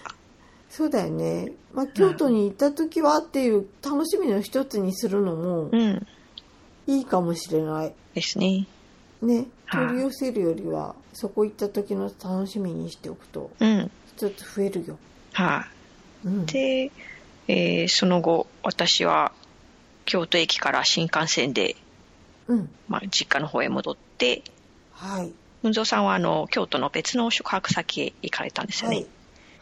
[SPEAKER 2] そうだよね。まあ、京都に行った時はっていう楽しみの一つにするのも
[SPEAKER 1] うん。
[SPEAKER 2] いいかもしれない。
[SPEAKER 1] ですね。
[SPEAKER 2] ね。
[SPEAKER 1] はい
[SPEAKER 2] 取り寄せるよりは、そこ行った時の楽しみにしておくと、
[SPEAKER 1] うん。
[SPEAKER 2] 一つ増えるよ。
[SPEAKER 1] はい、
[SPEAKER 2] うん。
[SPEAKER 1] で、えーその後私は京都駅から新幹線で、
[SPEAKER 2] うん。
[SPEAKER 1] まあ、実家の方へ戻って
[SPEAKER 2] はい。
[SPEAKER 1] 文蔵さんはあの京都の別の宿泊先へ行かれたんですよ
[SPEAKER 2] は
[SPEAKER 1] ね
[SPEAKER 2] い。。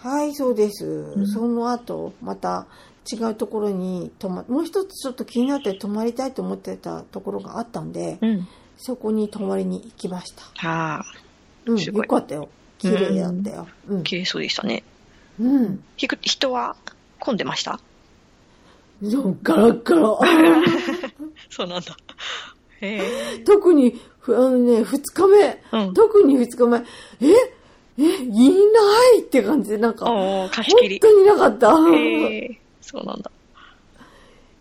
[SPEAKER 2] はい、そうです。
[SPEAKER 1] ん
[SPEAKER 2] その後、また違うところに泊ま、もう一つちょっと気になって泊まりたいと思ってたところがあったんで、
[SPEAKER 1] うんは
[SPEAKER 2] そこに泊まりに行きました。
[SPEAKER 1] あ
[SPEAKER 2] うん。
[SPEAKER 1] すご
[SPEAKER 2] よ
[SPEAKER 1] い
[SPEAKER 2] かったよ。綺麗だったよ。うん。
[SPEAKER 1] 綺麗そうでしたね
[SPEAKER 2] うん。
[SPEAKER 1] ひく人は混んでました
[SPEAKER 2] いやガラッガラ。
[SPEAKER 1] そうなんだへ え
[SPEAKER 2] 特に、ふあのね、二日目、
[SPEAKER 1] うん
[SPEAKER 2] 特に二日目、ええいないって感じで、なんか、本
[SPEAKER 1] おお貸し切り
[SPEAKER 2] 当になかった。
[SPEAKER 1] へえそうなんだ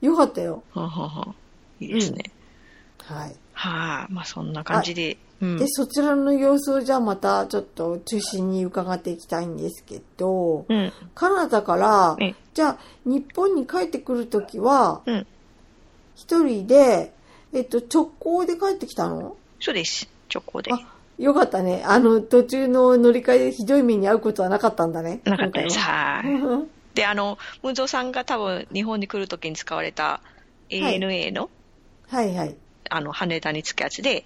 [SPEAKER 2] よかったよ。
[SPEAKER 1] はあはあはあいいですね、
[SPEAKER 2] はい。
[SPEAKER 1] はあまあそんな感じで、うん
[SPEAKER 2] で、そちらの様子をじゃあまたちょっと中心に伺っていきたいんですけど、
[SPEAKER 1] うん
[SPEAKER 2] カナダから
[SPEAKER 1] ええ、
[SPEAKER 2] じゃあ日本に帰ってくるときは、
[SPEAKER 1] うん
[SPEAKER 2] 一人で、えっと、直行で帰ってきたの
[SPEAKER 1] そうです直行で
[SPEAKER 2] あ、よかったね。あの、途中の乗り換えでひどい目に遭うことはなかったんだね。
[SPEAKER 1] なかったです
[SPEAKER 2] 今
[SPEAKER 1] は
[SPEAKER 2] 回は
[SPEAKER 1] で、あの、ムンゾーさんが多分日本に来るときに使われた ANA の、
[SPEAKER 2] はいはい。
[SPEAKER 1] あの、羽田につくやつで、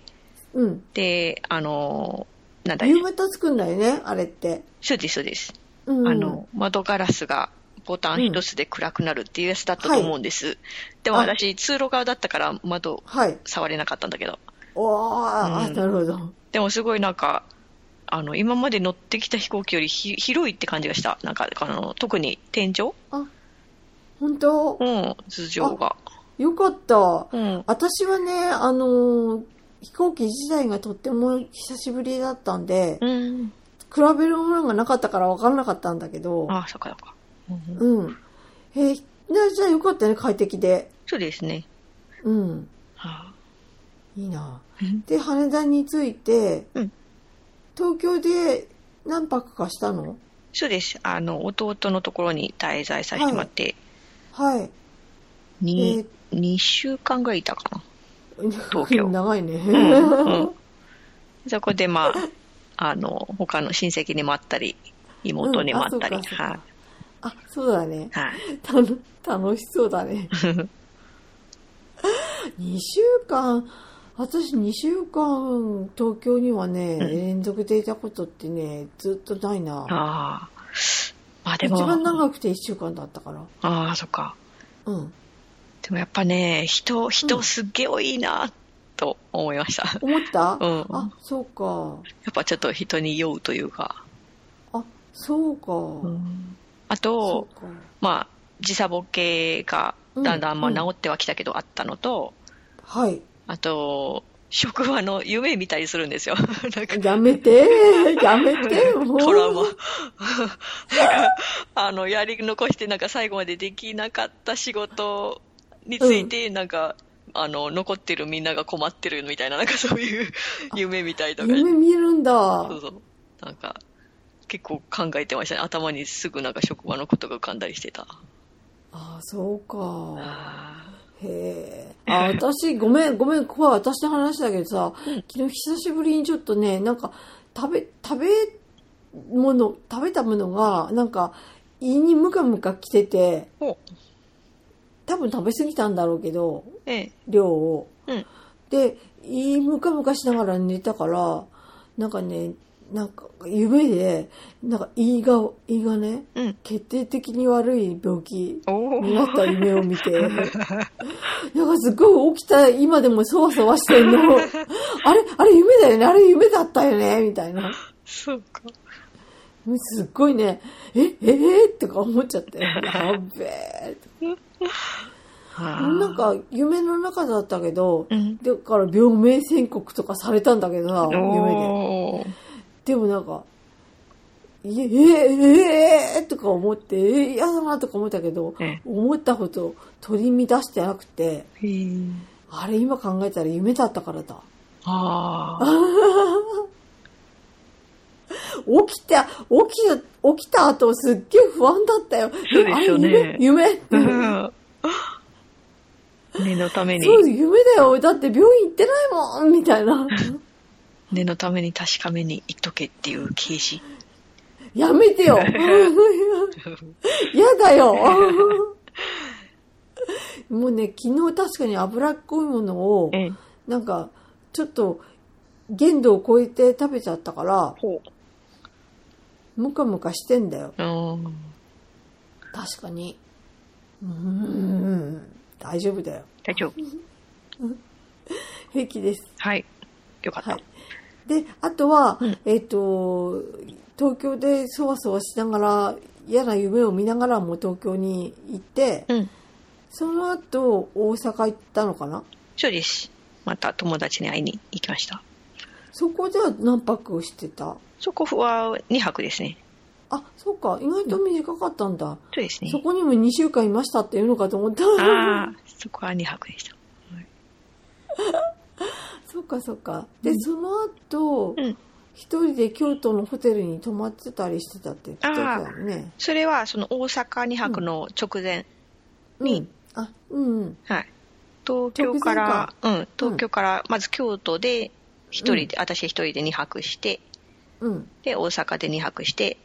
[SPEAKER 2] うん。
[SPEAKER 1] で、あの、なんだ
[SPEAKER 2] 夕
[SPEAKER 1] よ、
[SPEAKER 2] 方つくんだよね、あれって。
[SPEAKER 1] そうです、そうです。
[SPEAKER 2] うん。
[SPEAKER 1] あの、窓ガラスがボタン一つで暗くなるっていうやつだったと思うんです。でも
[SPEAKER 2] あ
[SPEAKER 1] 私、通路側だったから窓
[SPEAKER 2] はい。
[SPEAKER 1] 触れなかったんだけど。う
[SPEAKER 2] おー、
[SPEAKER 1] ん
[SPEAKER 2] あ、なるほど。
[SPEAKER 1] でもすごいなんか、あの、今まで乗ってきた飛行機よりひ広いって感じがした。なんか、あの、特に天井
[SPEAKER 2] 本当
[SPEAKER 1] うん、頭上が。
[SPEAKER 2] よかった。
[SPEAKER 1] うん。
[SPEAKER 2] 私はね、あのー飛行機自体がとっても久しぶりだったんで、
[SPEAKER 1] うん。
[SPEAKER 2] 比べるものがなかったから分からなかったんだけど、
[SPEAKER 1] あ、そっかそっか。うん
[SPEAKER 2] うん。えーなじゃあよかったね、快適で。
[SPEAKER 1] そうですね。
[SPEAKER 2] うん。
[SPEAKER 1] はい
[SPEAKER 2] いな。
[SPEAKER 1] あうん
[SPEAKER 2] で、羽田に着いて、
[SPEAKER 1] うん
[SPEAKER 2] 東京で何泊かしたの
[SPEAKER 1] そうです。あの、弟のところに滞在させてもらって、
[SPEAKER 2] はい。
[SPEAKER 1] に二2週間ぐらいいたかな。
[SPEAKER 2] 東
[SPEAKER 1] 京
[SPEAKER 2] 長いね。
[SPEAKER 1] うんそこでまあ、あの、他の親戚にも会ったり、妹にも会ったり、
[SPEAKER 2] うんあそうか
[SPEAKER 1] はい、
[SPEAKER 2] あ、そうだね。
[SPEAKER 1] はい、
[SPEAKER 2] たの楽しそうだね。2週間、私2週間東京にはね、
[SPEAKER 1] うん
[SPEAKER 2] 連続でいたことってね、ずっとないな。
[SPEAKER 1] ああ。まあで
[SPEAKER 2] 一
[SPEAKER 1] も、
[SPEAKER 2] 番長くて1週間だったから。
[SPEAKER 1] ああ、そっか。
[SPEAKER 2] うん。
[SPEAKER 1] でもやっぱね、人、
[SPEAKER 2] う
[SPEAKER 1] 人
[SPEAKER 2] ん
[SPEAKER 1] すっげえ多いな、と思いました。
[SPEAKER 2] 思った、
[SPEAKER 1] うん。
[SPEAKER 2] あ、そうか。
[SPEAKER 1] やっぱちょっと人に酔うというか。
[SPEAKER 2] あ、そうか。
[SPEAKER 1] あと
[SPEAKER 2] そ、うか。
[SPEAKER 1] まあ、時差ボケがだんだんまあ治ってはきたけどあったのと、
[SPEAKER 2] はい。
[SPEAKER 1] あと、職場の夢見たりするん ですよ。なんか
[SPEAKER 2] やめて、やめて、もう。
[SPEAKER 1] トラウマ。 あの、やり残して、なんか最後までできなかった仕事について、なんか、あの、残ってるみんなが困ってるみたいな、なんか そういう夢みたいとか、
[SPEAKER 2] 夢見るんだ
[SPEAKER 1] そ。うそう。なんか、結構考えてましたね。頭にすぐなんか職場のことが浮かんだりしてた。
[SPEAKER 2] あ、そうか。
[SPEAKER 1] あ
[SPEAKER 2] へえ。あ、私、ごめん、ごめん、ここは私の話だけどさ、昨日久しぶりにちょっとね、なんか、食べ、食べ物、食べたものが、なんか、胃にムカムカ来てて、
[SPEAKER 1] お
[SPEAKER 2] 多分食べ過ぎたんだろうけど、
[SPEAKER 1] ええ。
[SPEAKER 2] 量を。
[SPEAKER 1] うん
[SPEAKER 2] で、胃ムカムカしながら寝たから、なんかね、なんか、夢で、なんか胃が、胃がね、
[SPEAKER 1] うん。
[SPEAKER 2] 決定的に悪い病気
[SPEAKER 1] お
[SPEAKER 2] に
[SPEAKER 1] お。
[SPEAKER 2] なった夢を見て、 なんかすっごい起きた今でもそわそわして んの。あれ、あれ夢だよね、あれ夢だったよね、みたいな。
[SPEAKER 1] そうか。
[SPEAKER 2] すっごいね、え、ええー、とか思っちゃって、やっべえ。なん、か夢の中だったけど
[SPEAKER 1] う、ん。
[SPEAKER 2] だから病名宣告とかされたんだけどさ、夢
[SPEAKER 1] おー
[SPEAKER 2] で。でもなんか、ええええー、とか思って、えー、嫌だなとか思ったけど、
[SPEAKER 1] え
[SPEAKER 2] 思ったほど取り乱してなくて、
[SPEAKER 1] え。へえ
[SPEAKER 2] あれ今考えたら夢だったからだ。
[SPEAKER 1] ああ。
[SPEAKER 2] 起きた、起きた、起きた後すっげえ不安だったよ。
[SPEAKER 1] そうですよね
[SPEAKER 2] えあれ夢夢っ て
[SPEAKER 1] うん念のために、
[SPEAKER 2] そう、夢だよ。だって病院行ってないもんみた いな。
[SPEAKER 1] 念のために確かめに行っとけっていう啓示。
[SPEAKER 2] やめてよ。 やだよ。 もうね、昨日確かに脂っこいものを、
[SPEAKER 1] ええ、
[SPEAKER 2] なんか、ちょっと、限度を超えて食べちゃったから、
[SPEAKER 1] ほ
[SPEAKER 2] ムカムカしてんだよ。
[SPEAKER 1] う。うん。
[SPEAKER 2] 確かに。うーん、大丈夫だよ。
[SPEAKER 1] 大丈夫。
[SPEAKER 2] 平気です。
[SPEAKER 1] はい。よかった。
[SPEAKER 2] はいで、あとは、
[SPEAKER 1] うん
[SPEAKER 2] えっ、と、東京でそわそわしながら、嫌な夢を見ながらも東京に行って、
[SPEAKER 1] うん。
[SPEAKER 2] その後、大阪行ったのかな
[SPEAKER 1] そうです。また友達に会いに行きました。
[SPEAKER 2] そこでは何泊してた
[SPEAKER 1] そこは2泊ですね。
[SPEAKER 2] あ、そうか、意外と短かったんだ。
[SPEAKER 1] そうですね
[SPEAKER 2] そ。こにも2週間いましたっていうのかと思った。
[SPEAKER 1] ああ、そこは2泊でした。
[SPEAKER 2] そうか、そうか。で、その後、
[SPEAKER 1] うん
[SPEAKER 2] 一人で京都のホテルに泊まってたりしてたって言ってたよね。
[SPEAKER 1] それは、その大阪2泊の直前、
[SPEAKER 2] うん。あ、うんうん。
[SPEAKER 1] はい。東京から、うん、東京から、まず京都で一人で、私一人で2泊して、
[SPEAKER 2] うん。
[SPEAKER 1] で、大阪で2泊して、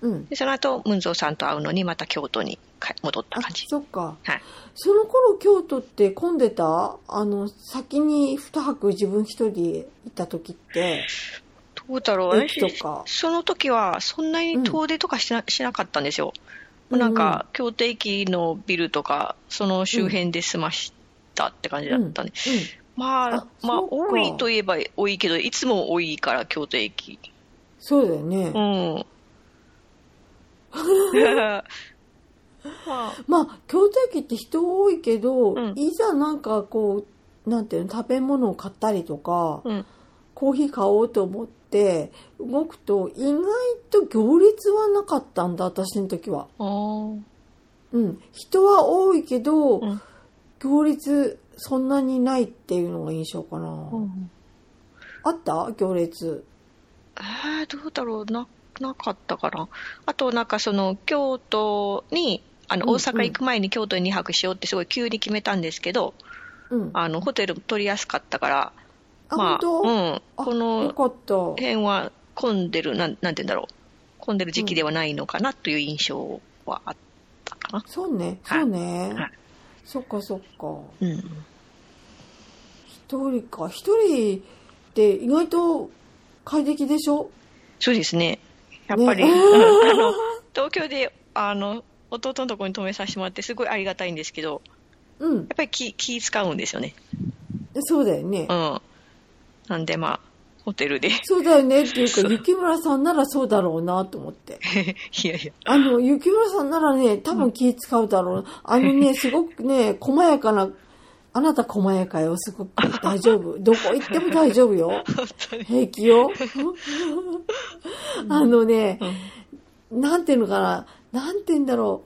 [SPEAKER 2] うん。
[SPEAKER 1] でその後文蔵さんと会うのにまた京都に帰戻った
[SPEAKER 2] あ
[SPEAKER 1] 感じ、
[SPEAKER 2] そっか。
[SPEAKER 1] はい、
[SPEAKER 2] その頃京都って混んでたあの、先に二泊自分一人で行った時って、
[SPEAKER 1] どうだろう
[SPEAKER 2] 駅
[SPEAKER 1] 私
[SPEAKER 2] とか。
[SPEAKER 1] その時はそんなに遠出とかしな,、しなかったんですよもうなんか京都駅のビルとかその周辺で済ましたって感じだったね、
[SPEAKER 2] うん、
[SPEAKER 1] まあ
[SPEAKER 2] あ
[SPEAKER 1] まあ
[SPEAKER 2] そうか
[SPEAKER 1] 多いといえば多いけどいつも多いから京都駅
[SPEAKER 2] そうだよね。
[SPEAKER 1] うん。まあ、
[SPEAKER 2] まあ、京都駅って人多いけど、
[SPEAKER 1] うん
[SPEAKER 2] いざなんかこう、なんていうの、食べ物を買ったりとか、
[SPEAKER 1] うん。
[SPEAKER 2] コーヒー買おうと思って動くと、意外と行列はなかったんだ、私の時は。
[SPEAKER 1] あー
[SPEAKER 2] うん。人は多いけど、
[SPEAKER 1] うん
[SPEAKER 2] 行列そんなにないっていうのが印象かな。
[SPEAKER 1] うん
[SPEAKER 2] あった行列。
[SPEAKER 1] あー、どうだろうな、なかったかな。あと、なんかその、京都に、あの、
[SPEAKER 2] うん
[SPEAKER 1] 大阪行く前に京都に2泊しようってすごい急に決めたんですけど、
[SPEAKER 2] うん。
[SPEAKER 1] あの、ホテル取りやすかったから、
[SPEAKER 2] あ、
[SPEAKER 1] まあ、
[SPEAKER 2] 本当、
[SPEAKER 1] うん、
[SPEAKER 2] あ
[SPEAKER 1] こ
[SPEAKER 2] よ
[SPEAKER 1] の
[SPEAKER 2] かった。
[SPEAKER 1] 辺は混んでる、なん、なんて言うんだろう。混んでる時期ではないのかなという印象はあったかな。
[SPEAKER 2] そうね、
[SPEAKER 1] はい
[SPEAKER 2] そうね。
[SPEAKER 1] はい
[SPEAKER 2] そっかそっか。
[SPEAKER 1] うん。
[SPEAKER 2] 一人か。一人って意外と快適でしょ
[SPEAKER 1] そうですね。やっぱり、
[SPEAKER 2] ね
[SPEAKER 1] うんあの、東京で、あの、弟のところに泊めさせてもらって、すごいありがたいんですけど、
[SPEAKER 2] うん
[SPEAKER 1] や。っぱり気、気使うんですよね。
[SPEAKER 2] そうだよね
[SPEAKER 1] う。ん。なんで、まあ、ホテルで。
[SPEAKER 2] そうだよねっていう
[SPEAKER 1] そ
[SPEAKER 2] か、
[SPEAKER 1] う
[SPEAKER 2] 雪村さんならそうだろうなと思って。
[SPEAKER 1] いやいや。
[SPEAKER 2] あの、雪村さんならね、多分気使うだろう。あのね、すごくね、細やかな、あなた細やかよ、すごく。大丈夫。どこ行っても大丈夫よ。
[SPEAKER 1] 本当に。
[SPEAKER 2] 平気よ。あのね、
[SPEAKER 1] うん
[SPEAKER 2] なんていうのかな、なんて言うんだろ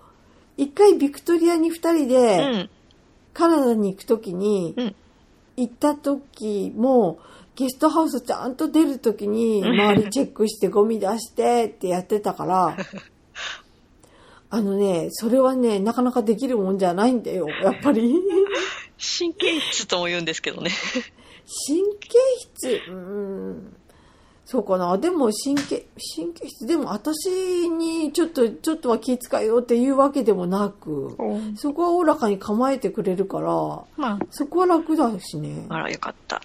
[SPEAKER 2] う。一回ビクトリアに二人で、
[SPEAKER 1] うん。
[SPEAKER 2] カナダに行くときに
[SPEAKER 1] うん、
[SPEAKER 2] 行ったときも、ゲストハウスちゃんと出るときに、
[SPEAKER 1] うん
[SPEAKER 2] 周りチェックしてゴミ出してってやって たから、あのね、それはね、なかなかできるもんじゃないんだよ、やっぱり。
[SPEAKER 1] 神経質とも言うんですけどね。
[SPEAKER 2] 神経質、うーん。そうかな。でも神経、神経質、でも私にちょっと、ちょっとは気遣いよっていうわけでもなく、そこはおおらかに構えてくれるから、
[SPEAKER 1] ま
[SPEAKER 2] そこは楽だしね。
[SPEAKER 1] あ、あら、よかった。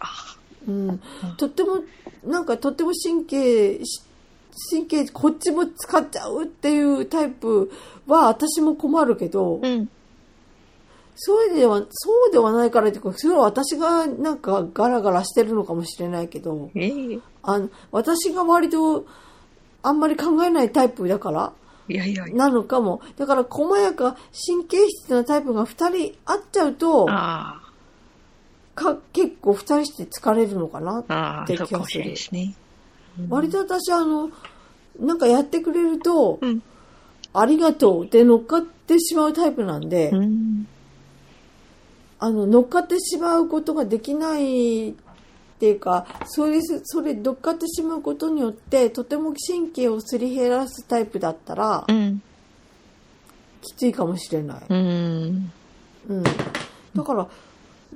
[SPEAKER 2] うん、とってもなんかとっても神経し神経こっちも使っちゃうっていうタイプは私も困るけど、
[SPEAKER 1] うん。
[SPEAKER 2] そうではそうではないからっていうかそれは私がなんかガラガラしてるのかもしれないけど
[SPEAKER 1] ええ。
[SPEAKER 2] あの私が割とあんまり考えないタイプだから
[SPEAKER 1] いやいやいや。
[SPEAKER 2] なのかもだから細やか神経質なタイプが2人あっちゃうと
[SPEAKER 1] あ
[SPEAKER 2] か結構2人して疲れるのかな
[SPEAKER 1] あ、ああ、
[SPEAKER 2] で
[SPEAKER 1] そうかもしれないですね。
[SPEAKER 2] 割と私あのなんかやってくれると、
[SPEAKER 1] うん。
[SPEAKER 2] ありがとうで乗っかってしまうタイプなんで、
[SPEAKER 1] うん。
[SPEAKER 2] あの乗っかってしまうことができないっていうかそれすそれ乗っかってしまうことによってとても神経をすり減らすタイプだったら、
[SPEAKER 1] うん。
[SPEAKER 2] きついかもしれない、
[SPEAKER 1] うん。
[SPEAKER 2] うん、だから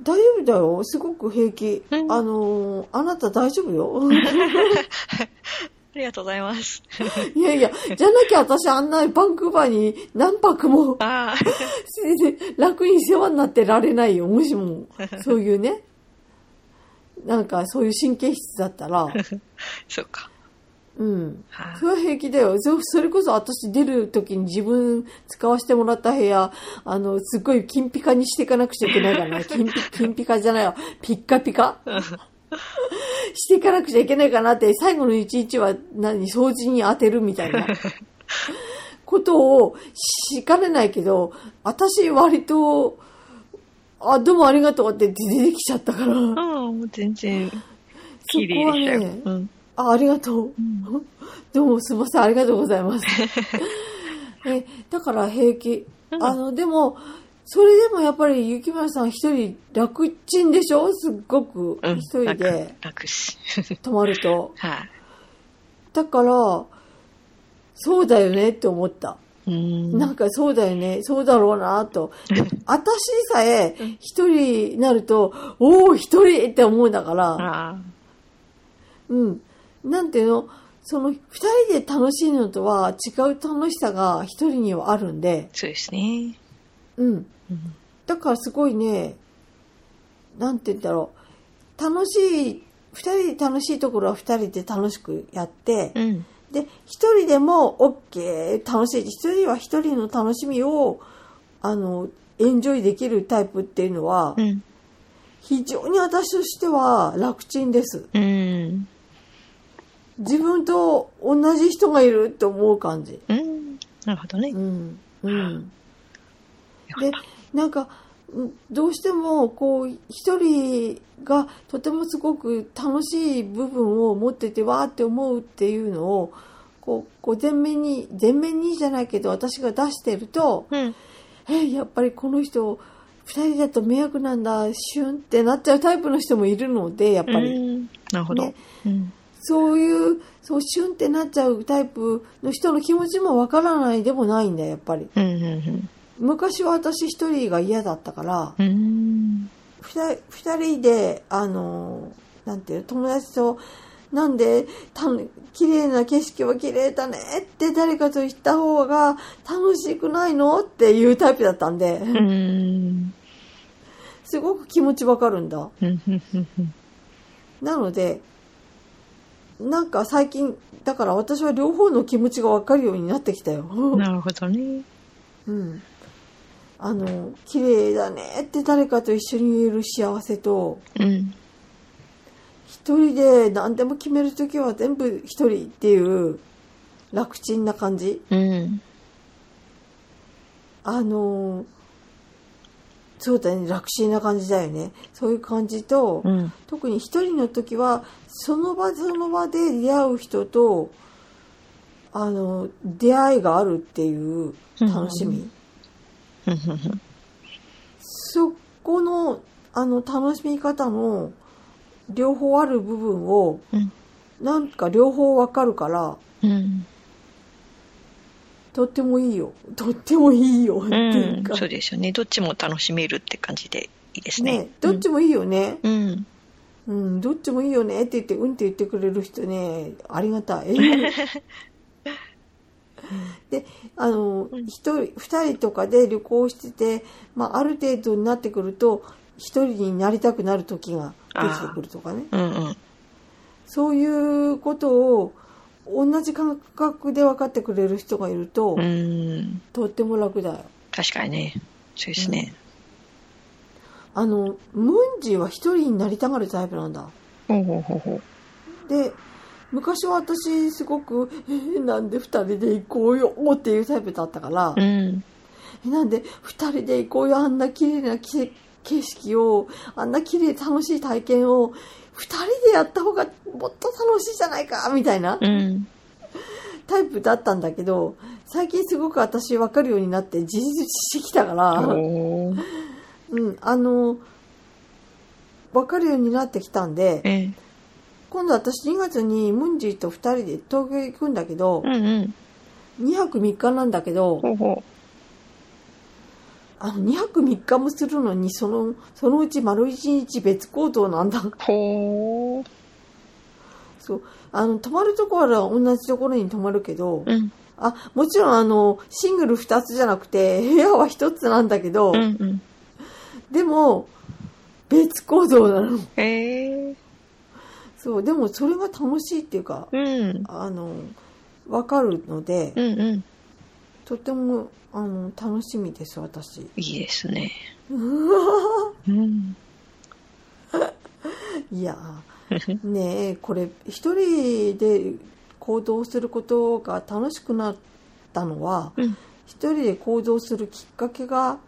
[SPEAKER 2] 大丈夫だよすごく平気、
[SPEAKER 1] うん
[SPEAKER 2] あのーあなた大丈夫よ
[SPEAKER 1] ありがとうございます。
[SPEAKER 2] いやいやじゃなきゃ私あんなバンクーバーに何泊も
[SPEAKER 1] ああ。
[SPEAKER 2] 楽に世話になってられないよ、も しも、そういうね、なんかそういう神経質だったら、
[SPEAKER 1] そうか。
[SPEAKER 2] うん。
[SPEAKER 1] はい
[SPEAKER 2] それは平気だよ。そそれこそ私出る時に自分使わせてもらった部屋、あの、すっごい金ピカにしていかなくちゃいけないか らな。金ピ、金ピカじゃないわ。ピッカピカ。していかなくちゃいけないかなって、最後の一日は何、掃除に当てるみたいなことをしかねないけど、私割と、あ、どうもありがとうって出てきちゃったから、
[SPEAKER 1] ああ、もう全然、
[SPEAKER 2] そ
[SPEAKER 1] 綺
[SPEAKER 2] こ
[SPEAKER 1] 麗
[SPEAKER 2] は
[SPEAKER 1] でしたよ。
[SPEAKER 2] ね、
[SPEAKER 1] うん。
[SPEAKER 2] あ、ありがとう。どうもすいません、ありがとうござい ます。え、だから平気。
[SPEAKER 1] うん
[SPEAKER 2] あの、でも、それでもやっぱり雪村さん一人楽ちんでしょすっごく。
[SPEAKER 1] うん。
[SPEAKER 2] 一人で
[SPEAKER 1] 楽楽し。
[SPEAKER 2] 泊まると。
[SPEAKER 1] はい。
[SPEAKER 2] だから、そうだよねって思った。
[SPEAKER 1] うーん。
[SPEAKER 2] なんかそうだよね、そうだろうな と。私さえ一人になると、おお、一人って思うんだから。
[SPEAKER 1] ああ。
[SPEAKER 2] うん。なんていうのその二人で楽しいのとは違う楽しさが一人にはあるんで、
[SPEAKER 1] そうですね。
[SPEAKER 2] うん。
[SPEAKER 1] うん
[SPEAKER 2] だからすごいね、なんて言うんだろう。楽しい、二人で楽しいところは二人で楽しくやって、
[SPEAKER 1] うん。
[SPEAKER 2] で、一人でも OK、楽しい。一人は一人の楽しみを、あの、エンジョイできるタイプっていうのは
[SPEAKER 1] う、ん。
[SPEAKER 2] 非常に私としては楽ちんです。
[SPEAKER 1] うん。
[SPEAKER 2] 自分と同じ人がいるって思う感じ。
[SPEAKER 1] うん。なるほどね
[SPEAKER 2] う。ん。うん。
[SPEAKER 1] よかっ
[SPEAKER 2] で
[SPEAKER 1] た
[SPEAKER 2] なんかうんどうしてもこう一人がとてもすごく楽しい部分を持っててわーって思うっていうのをこうこう前面に前面にじゃないけど私が出してると
[SPEAKER 1] うん。
[SPEAKER 2] えやっぱりこの人二人だと迷惑なんだシュンってなっちゃうタイプの人もいるのでやっぱ
[SPEAKER 1] う
[SPEAKER 2] り、
[SPEAKER 1] ん。なるほど
[SPEAKER 2] ね。
[SPEAKER 1] うん。
[SPEAKER 2] そういうそうシュンってなっちゃうタイプの人の気持ちもわからないでもないんだよやっぱり
[SPEAKER 1] うん。うん
[SPEAKER 2] 昔は私一人が嫌だったから
[SPEAKER 1] うん。うん。
[SPEAKER 2] 二人二人で、あのー、なんていうの友達と、なんで、た綺麗な景色は綺麗だねって誰かと言った方が楽しくないのっていうタイプだったんで、
[SPEAKER 1] うん。
[SPEAKER 2] すごく気持ちわかるんだ。
[SPEAKER 1] うん。うん。うん。
[SPEAKER 2] なので、なんか最近、だから私は両方の気持ちがわかるようになってきたよ。
[SPEAKER 1] なるほどね。
[SPEAKER 2] うん。あの、綺麗だねって誰かと一緒に言える幸せと、
[SPEAKER 1] うん。
[SPEAKER 2] 一人で何でも決めるときは全部一人っていう楽ちんな感じ
[SPEAKER 1] うん。
[SPEAKER 2] あのーそうだね楽ちんな感じだよねそういう感じと、
[SPEAKER 1] うん。
[SPEAKER 2] 特に一人の時はその場その場で出会う人とあの出会いがあるっていう楽しみ、
[SPEAKER 1] うんうん
[SPEAKER 2] そこのあの楽しみ方の両方ある部分を
[SPEAKER 1] うん
[SPEAKER 2] なんか両方わかるから
[SPEAKER 1] うん。。
[SPEAKER 2] とってもいいよ。とってもいいよ。っていううんか。
[SPEAKER 1] そうですよね。どっちも楽しめるって感じでいいです
[SPEAKER 2] ね
[SPEAKER 1] ね。
[SPEAKER 2] どっちもいいよね。
[SPEAKER 1] うん。
[SPEAKER 2] うん、どっちもいいよねって言って、うんって言ってくれる人ね、ありがた い。で、あの、
[SPEAKER 1] ん
[SPEAKER 2] 一人、二人とかで旅行してて、まあ、ある程度になってくると、一人になりたくなる時ができてくるとかね。
[SPEAKER 1] うん。うん。
[SPEAKER 2] そういうことを、同じ感覚で分かってくれる人がいると、
[SPEAKER 1] うん。
[SPEAKER 2] とっても楽だよ。
[SPEAKER 1] 確かにね。そうですね。
[SPEAKER 2] あの、ムンジーは一人になりたがるタイプなんだ。
[SPEAKER 1] ほうほうほうほう。
[SPEAKER 2] で昔は私すごく「えーなんで2人で行こうよ」っていうタイプだったから
[SPEAKER 1] う
[SPEAKER 2] 「
[SPEAKER 1] ん。
[SPEAKER 2] えなんで2人で行こうよあんな綺麗なき景色をあんな綺麗で楽しい体験を2人でやった方がもっと楽しいじゃないか」みたいな
[SPEAKER 1] うん。
[SPEAKER 2] タイプだったんだけど最近すごく私分かるようになって自立してきたから、
[SPEAKER 1] おー
[SPEAKER 2] うん、あの分かるようになってきたんで
[SPEAKER 1] ええ。
[SPEAKER 2] 今度私2月にムンジーと2人で東京行くんだけど。
[SPEAKER 1] うんうん。
[SPEAKER 2] 2泊3日なんだけど、
[SPEAKER 1] ほうほ
[SPEAKER 2] あの2泊3日もするのに、その、そのうち丸1日別行動なんだ。
[SPEAKER 1] う。ほう。
[SPEAKER 2] そう。あの、泊まるところは同じところに泊まるけど、
[SPEAKER 1] うん。
[SPEAKER 2] あ、もちろんあの、シングル2つじゃなくて、部屋は1つなんだけど
[SPEAKER 1] う、んうん。
[SPEAKER 2] でも、別行動なの。
[SPEAKER 1] ええ。
[SPEAKER 2] そう。でもそれが楽しいっていうか、
[SPEAKER 1] うん。
[SPEAKER 2] あの、わかるので、
[SPEAKER 1] うんうん。
[SPEAKER 2] とても、あの、楽しみです、私。
[SPEAKER 1] いいですね。うん。
[SPEAKER 2] いやー。ねえこれ一人で行動することが楽しくなったのは
[SPEAKER 1] うん。
[SPEAKER 2] 一人で行動するきっかけが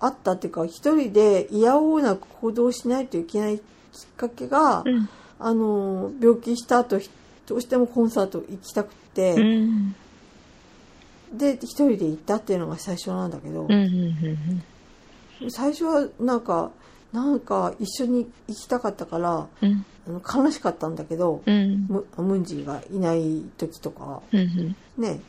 [SPEAKER 2] あったっていうか一人で嫌おうなく行動しないといけないきっかけが、
[SPEAKER 1] うん。
[SPEAKER 2] あの病気した後ひどうしてもコンサート行きたく
[SPEAKER 1] う
[SPEAKER 2] て、
[SPEAKER 1] ん。
[SPEAKER 2] で一人で行ったっていうのが最初なんだけど
[SPEAKER 1] うんう、ん
[SPEAKER 2] 最初はなんかなんか一緒に行きたかったから
[SPEAKER 1] うん。うん。
[SPEAKER 2] あの悲しかったんだけど、
[SPEAKER 1] うん。
[SPEAKER 2] ムムンジーがいない時とか。
[SPEAKER 1] うん。
[SPEAKER 2] ね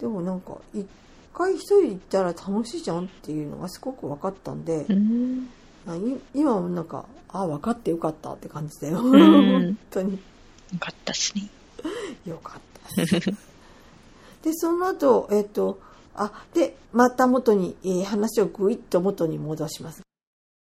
[SPEAKER 2] でもなんか一回一人行ったら楽しいじゃんっていうのがすごく分かったんで
[SPEAKER 1] う、ん。
[SPEAKER 2] あい今もなんかあ分かってよかったって感じだよ、
[SPEAKER 1] ん
[SPEAKER 2] 本当に
[SPEAKER 1] よかったっすね。
[SPEAKER 2] よかったですでその後えっ、とあでまた元に、えー話をぐいっと元に戻します